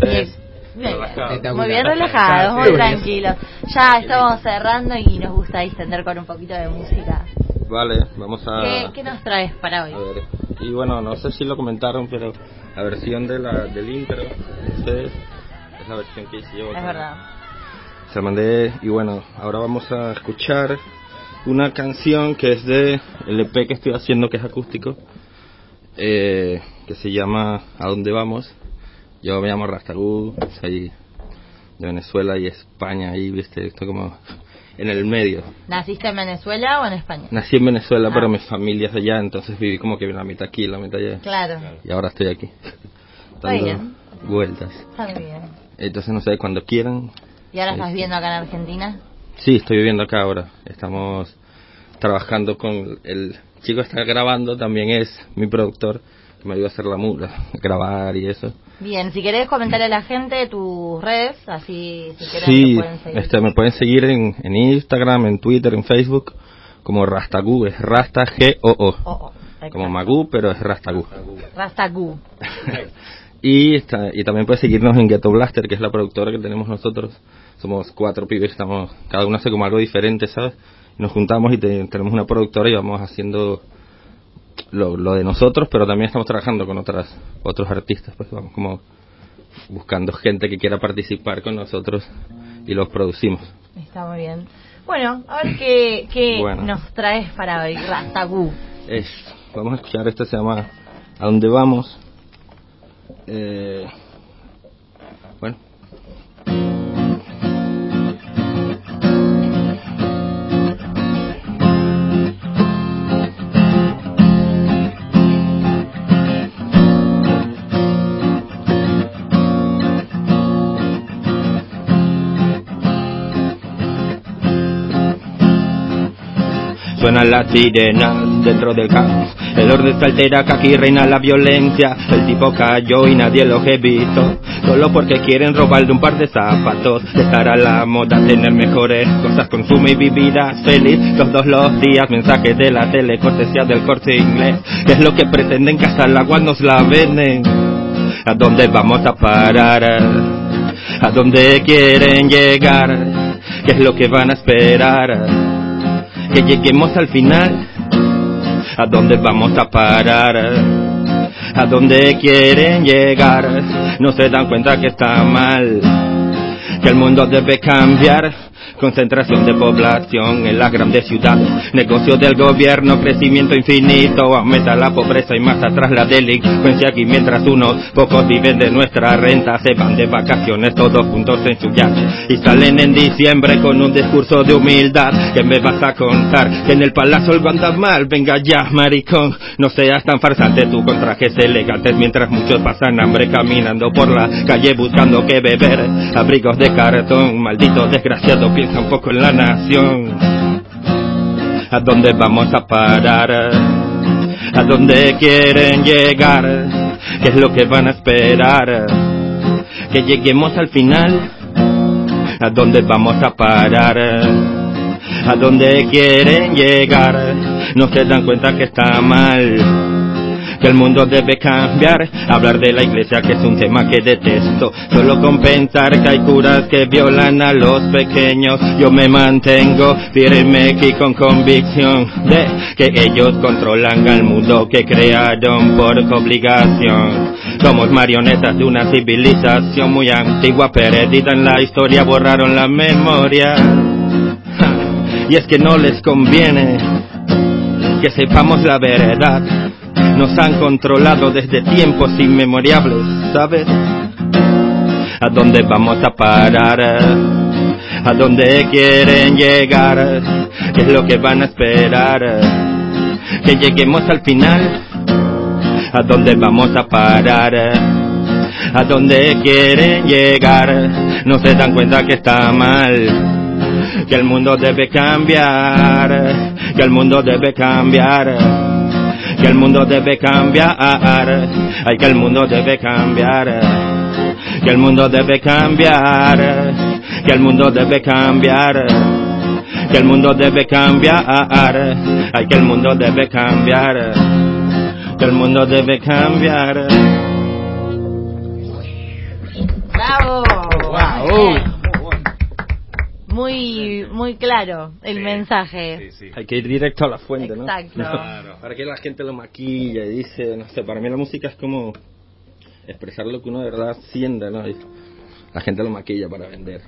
F: Bien.
J: Eh,
F: Bien.
J: relajado.
F: Muy bien relajados, muy tranquilos. Ya estamos cerrando y nos gusta distender con un poquito de música.
M: Vale, vamos a...
F: ¿Qué, qué nos traes para hoy?
M: a ver. Y bueno, no sé si lo comentaron, pero la versión de la, del intro de
J: este,
M: ustedes es la versión que hice yo.
F: Es verdad.
M: Se la mandé y bueno, ahora vamos a escuchar una canción que es de el EP que estoy haciendo, que es acústico, eh, que se llama ¿A dónde vamos? Yo me llamo Rastagú, soy de Venezuela y España, ahí, viste, estoy como en el medio.
F: ¿Naciste en Venezuela o en España?
M: Nací en Venezuela,
F: Ah.
M: pero mi familia es allá, entonces viví como que la mitad aquí, la mitad allá.
F: Claro.
M: Y ahora estoy aquí, dando
F: bien.
M: vueltas.
F: Está muy bien.
M: Entonces, no sé, cuando quieran.
F: ¿Y ahora
M: Ahí
F: estás viendo acá en Argentina?
M: Sí, estoy viviendo acá ahora. Estamos trabajando con el chico que está grabando, también es mi productor, que me ayuda a hacer la mula, a grabar y eso.
F: Bien, si querés comentarle a la gente tus redes, así si querés
M: Sí,
F: te pueden seguir.
M: este, me pueden seguir en, en Instagram, en Twitter, en Facebook, como Rastagu, es Rasta G-O-O.
F: Oh,
M: como Magú, pero es Rastagu.
F: Rastagú.
M: Y, está- y también puedes seguirnos en Ghetto Blaster, que es la productora que tenemos nosotros. Somos cuatro pibes, estamos, cada uno hace como algo diferente, ¿sabes? Y nos juntamos y te- tenemos una productora y vamos haciendo lo, lo de nosotros, pero también estamos trabajando con otras otros artistas, pues vamos como buscando gente que quiera participar con nosotros y los producimos.
F: Está muy bien. Bueno, a ver qué, qué
M: Bueno.
F: nos traes para hoy, Rastagú.
M: Es, vamos a escuchar, esto se llama ¿A dónde vamos? Eh, bueno.
N: Suenan las sirenas dentro del caos. El orden se altera que aquí reina la violencia. El tipo cayó y nadie los evitó. Solo porque quieren robarle un par de zapatos. Estar a la moda, tener mejores cosas, consumo y vivida feliz. Todos los días mensajes de la tele, cortesía del corte inglés. Es lo que pretenden que hasta el agua nos la venden. ¿A dónde vamos a parar? ¿A dónde quieren llegar? ¿Qué es lo que van a esperar? que lleguemos al final. ¿A dónde vamos a parar? ¿A dónde quieren llegar? No se dan cuenta que está mal, que el mundo debe cambiar. Concentración de población en las grandes ciudades, negocio del gobierno, crecimiento infinito, aumenta la pobreza y más atrás la delincuencia. Aquí mientras unos pocos viven de nuestra renta, se van de vacaciones todos juntos en su yate y salen en diciembre con un discurso de humildad. que me vas a contar? Que en el palacio algo anda mal, venga ya, maricón. No seas tan farsante tú con trajes elegantes mientras muchos pasan hambre caminando por la calle buscando que beber. Abrigos de cartón, maldito desgraciado, piensa un poco en la nación. ¿A dónde vamos a parar? ¿A dónde quieren llegar? ¿Qué es lo que van a esperar? Que lleguemos al final. ¿A dónde vamos a parar? a donde quieren llegar. No se dan cuenta que está mal. Que el mundo debe cambiar, hablar de la iglesia que es un tema que detesto. Solo con pensar que hay curas que violan a los pequeños, yo me mantengo firme aquí con convicción de que ellos controlan al mundo que crearon por obligación. Somos marionetas de una civilización muy antigua, perdida en la historia, borraron la memoria y es que no les conviene que sepamos la verdad. Nos han controlado desde tiempos inmemoriales, ¿sabes? ¿A dónde vamos a parar? ¿A dónde quieren llegar? ¿Qué es lo que van a esperar? Que lleguemos al final. ¿A dónde vamos a parar? ¿A dónde quieren llegar? No se dan cuenta que está mal que el mundo debe cambiar, que el mundo debe cambiar, que el mundo debe cambiar, ay que el mundo debe cambiar, que el mundo debe cambiar, que el mundo debe cambiar, que el mundo debe cambiar, ay que el mundo debe cambiar, que el mundo debe cambiar.
F: ¡Bravo!
N: Wow.
F: Muy, muy claro el mensaje.
M: Hay que ir directo a la fuente, ¿no?
F: Exacto. Claro.
M: Para que la gente lo maquilla y dice, no sé, para mí la música es como expresar lo que uno de verdad sienta, ¿no? Y la gente lo maquilla para vender.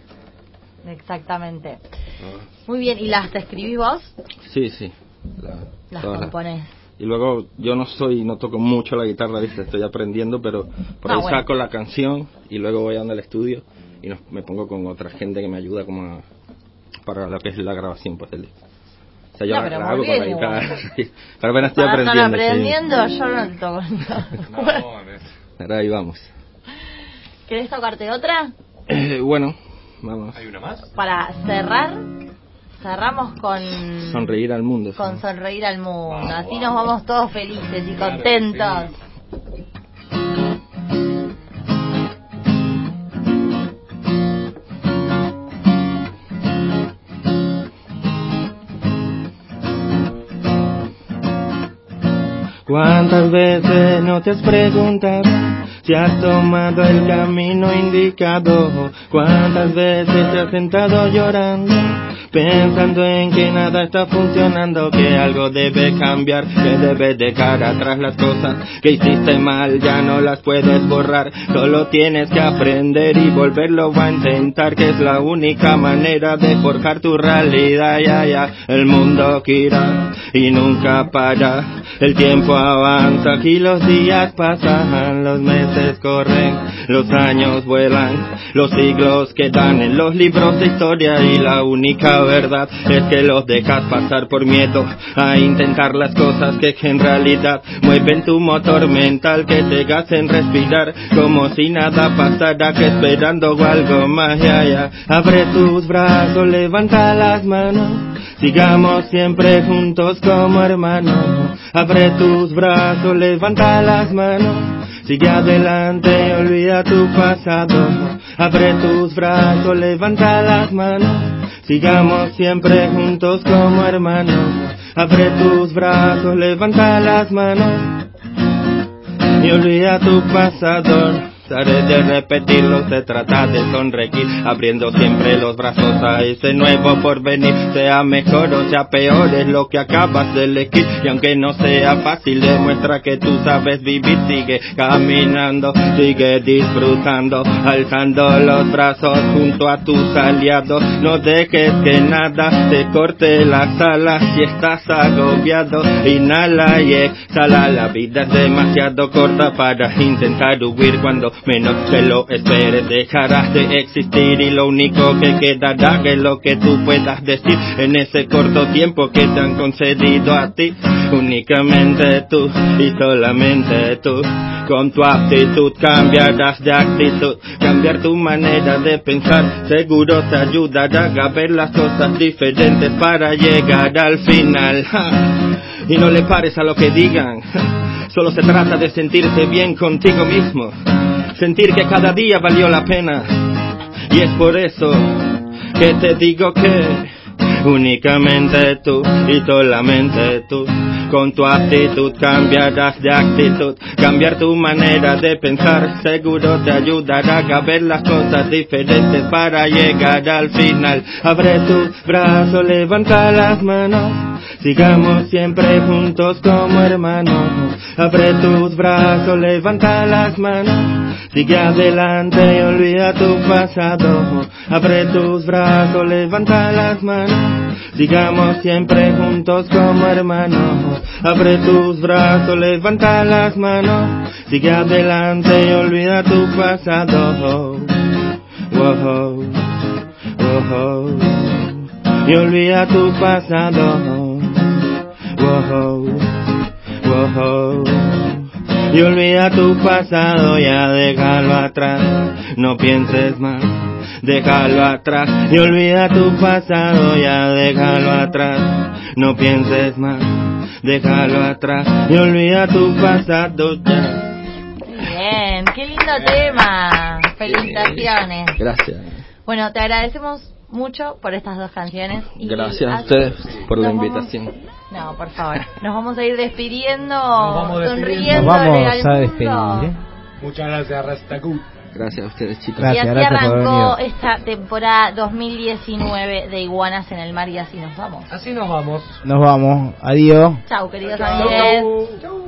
F: Exactamente.
M: Ah.
F: Muy bien, ¿y las te escribís vos?
M: Sí, sí. La-
F: Las
M: todas las-
F: componés.
M: Y luego yo no soy, no toco mucho la guitarra, ¿viste? estoy aprendiendo, pero por
F: Ah,
M: ahí
F: bueno.
M: saco la canción y luego voy andando al estudio y nos- me pongo con otra gente que me ayuda como a- para lo que es la grabación, pues del disco. O sea, yo
F: No,
M: la
F: pero muy
M: grabo con la
F: bien, igual.
M: guitarra, sí. pero apenas estoy
F: Ahora están
M: aprendiendo. sí.
F: aprendiendo, yo no lo toco. Mm. No.
M: Pero ahí vamos.
F: ¿Querés tocarte otra?
M: Eh, bueno, vamos. ¿Hay una más?
F: Para cerrar, cerramos con...
M: Sonreír al mundo.
F: Con sonreír al mundo. Así nos vamos todos felices y contentos.
N: ¿Cuántas veces no te has preguntado si has tomado el camino indicado? ¿Cuántas veces te has sentado llorando? Pensando en que nada está funcionando, que algo debe cambiar, que debes dejar atrás las cosas que hiciste mal, ya no las puedes borrar, solo tienes que aprender y volverlo a intentar, que es la única manera de forjar tu realidad, ya, ya, el mundo gira y nunca para, el tiempo avanza y los días pasan, los meses corren, los años vuelan, los siglos quedan en los libros de historia y la única verdad es que los dejas pasar por miedo a intentar las cosas que en realidad mueven tu motor mental que te hacen respirar como si nada pasara que esperando algo más ya, ya. Abre tus brazos, levanta las manos, sigamos siempre juntos como hermanos. Abre tus brazos, levanta las manos. Sigue adelante, olvida tu pasado. Abre tus brazos, levanta las manos. Sigamos siempre juntos como hermanos. Abre tus brazos, levanta las manos. Y olvida tu pasado. Haré de repetirlo, se trata de sonreír, abriendo siempre los brazos a ese nuevo porvenir, sea mejor o sea peor, es lo que acabas de elegir, y aunque no sea fácil, demuestra que tú sabes vivir, sigue caminando, sigue disfrutando, alzando los brazos junto a tus aliados, no dejes que nada te corte las alas si estás agobiado, inhala y exhala, la vida es demasiado corta para intentar huir cuando menos te lo esperes, dejarás de existir y lo único que quedará es lo que tú puedas decir en ese corto tiempo que te han concedido a ti, únicamente tú y solamente tú, con tu aptitud cambiarás de actitud, cambiar tu manera de pensar, seguro te ayudará a ver las cosas diferentes para llegar al final. Ja. Y no le pares a lo que digan, Ja. solo se trata de sentirse bien contigo mismo, sentir que cada día valió la pena. Y es por eso que te digo que únicamente tú y solamente tú. Con tu actitud cambiarás de actitud, cambiar tu manera de pensar, seguro te ayudará a ver las cosas diferentes para llegar al final. Abre tus brazos, levanta las manos, sigamos siempre juntos como hermanos. Abre tus brazos, levanta las manos, sigue adelante y olvida tu pasado. Abre tus brazos, levanta las manos, sigamos siempre juntos como hermanos. Abre tus brazos, levanta las manos, sigue adelante y olvida tu pasado. Wow, wow, y olvida tu pasado. Wow, wow, y olvida tu pasado, ya déjalo atrás, no pienses más, déjalo atrás, y olvida tu pasado, ya déjalo atrás, no pienses más, déjalo atrás, y olvida tu pasado ya.
F: Bien, qué lindo tema. Felicitaciones.
M: Gracias.
F: Bueno, te agradecemos mucho por estas dos canciones. y
M: Gracias a
F: así-
M: ustedes por la
F: nos vamos-
M: invitación.
F: No, por favor. Nos vamos a ir despidiendo,
G: vamos despidiendo.
F: sonriendo.
H: Nos vamos
F: al
H: a
F: mundo.
H: despedir, ¿eh?
G: Muchas gracias, Rastacu.
M: Gracias a ustedes, chicos.
F: y así
H: gracias por
F: arrancó
H: venir.
F: esta temporada 2019 de Iguanas en el Mar y así nos vamos.
G: Así nos vamos.
H: Nos vamos. Adiós.
F: Chau, queridos amigos.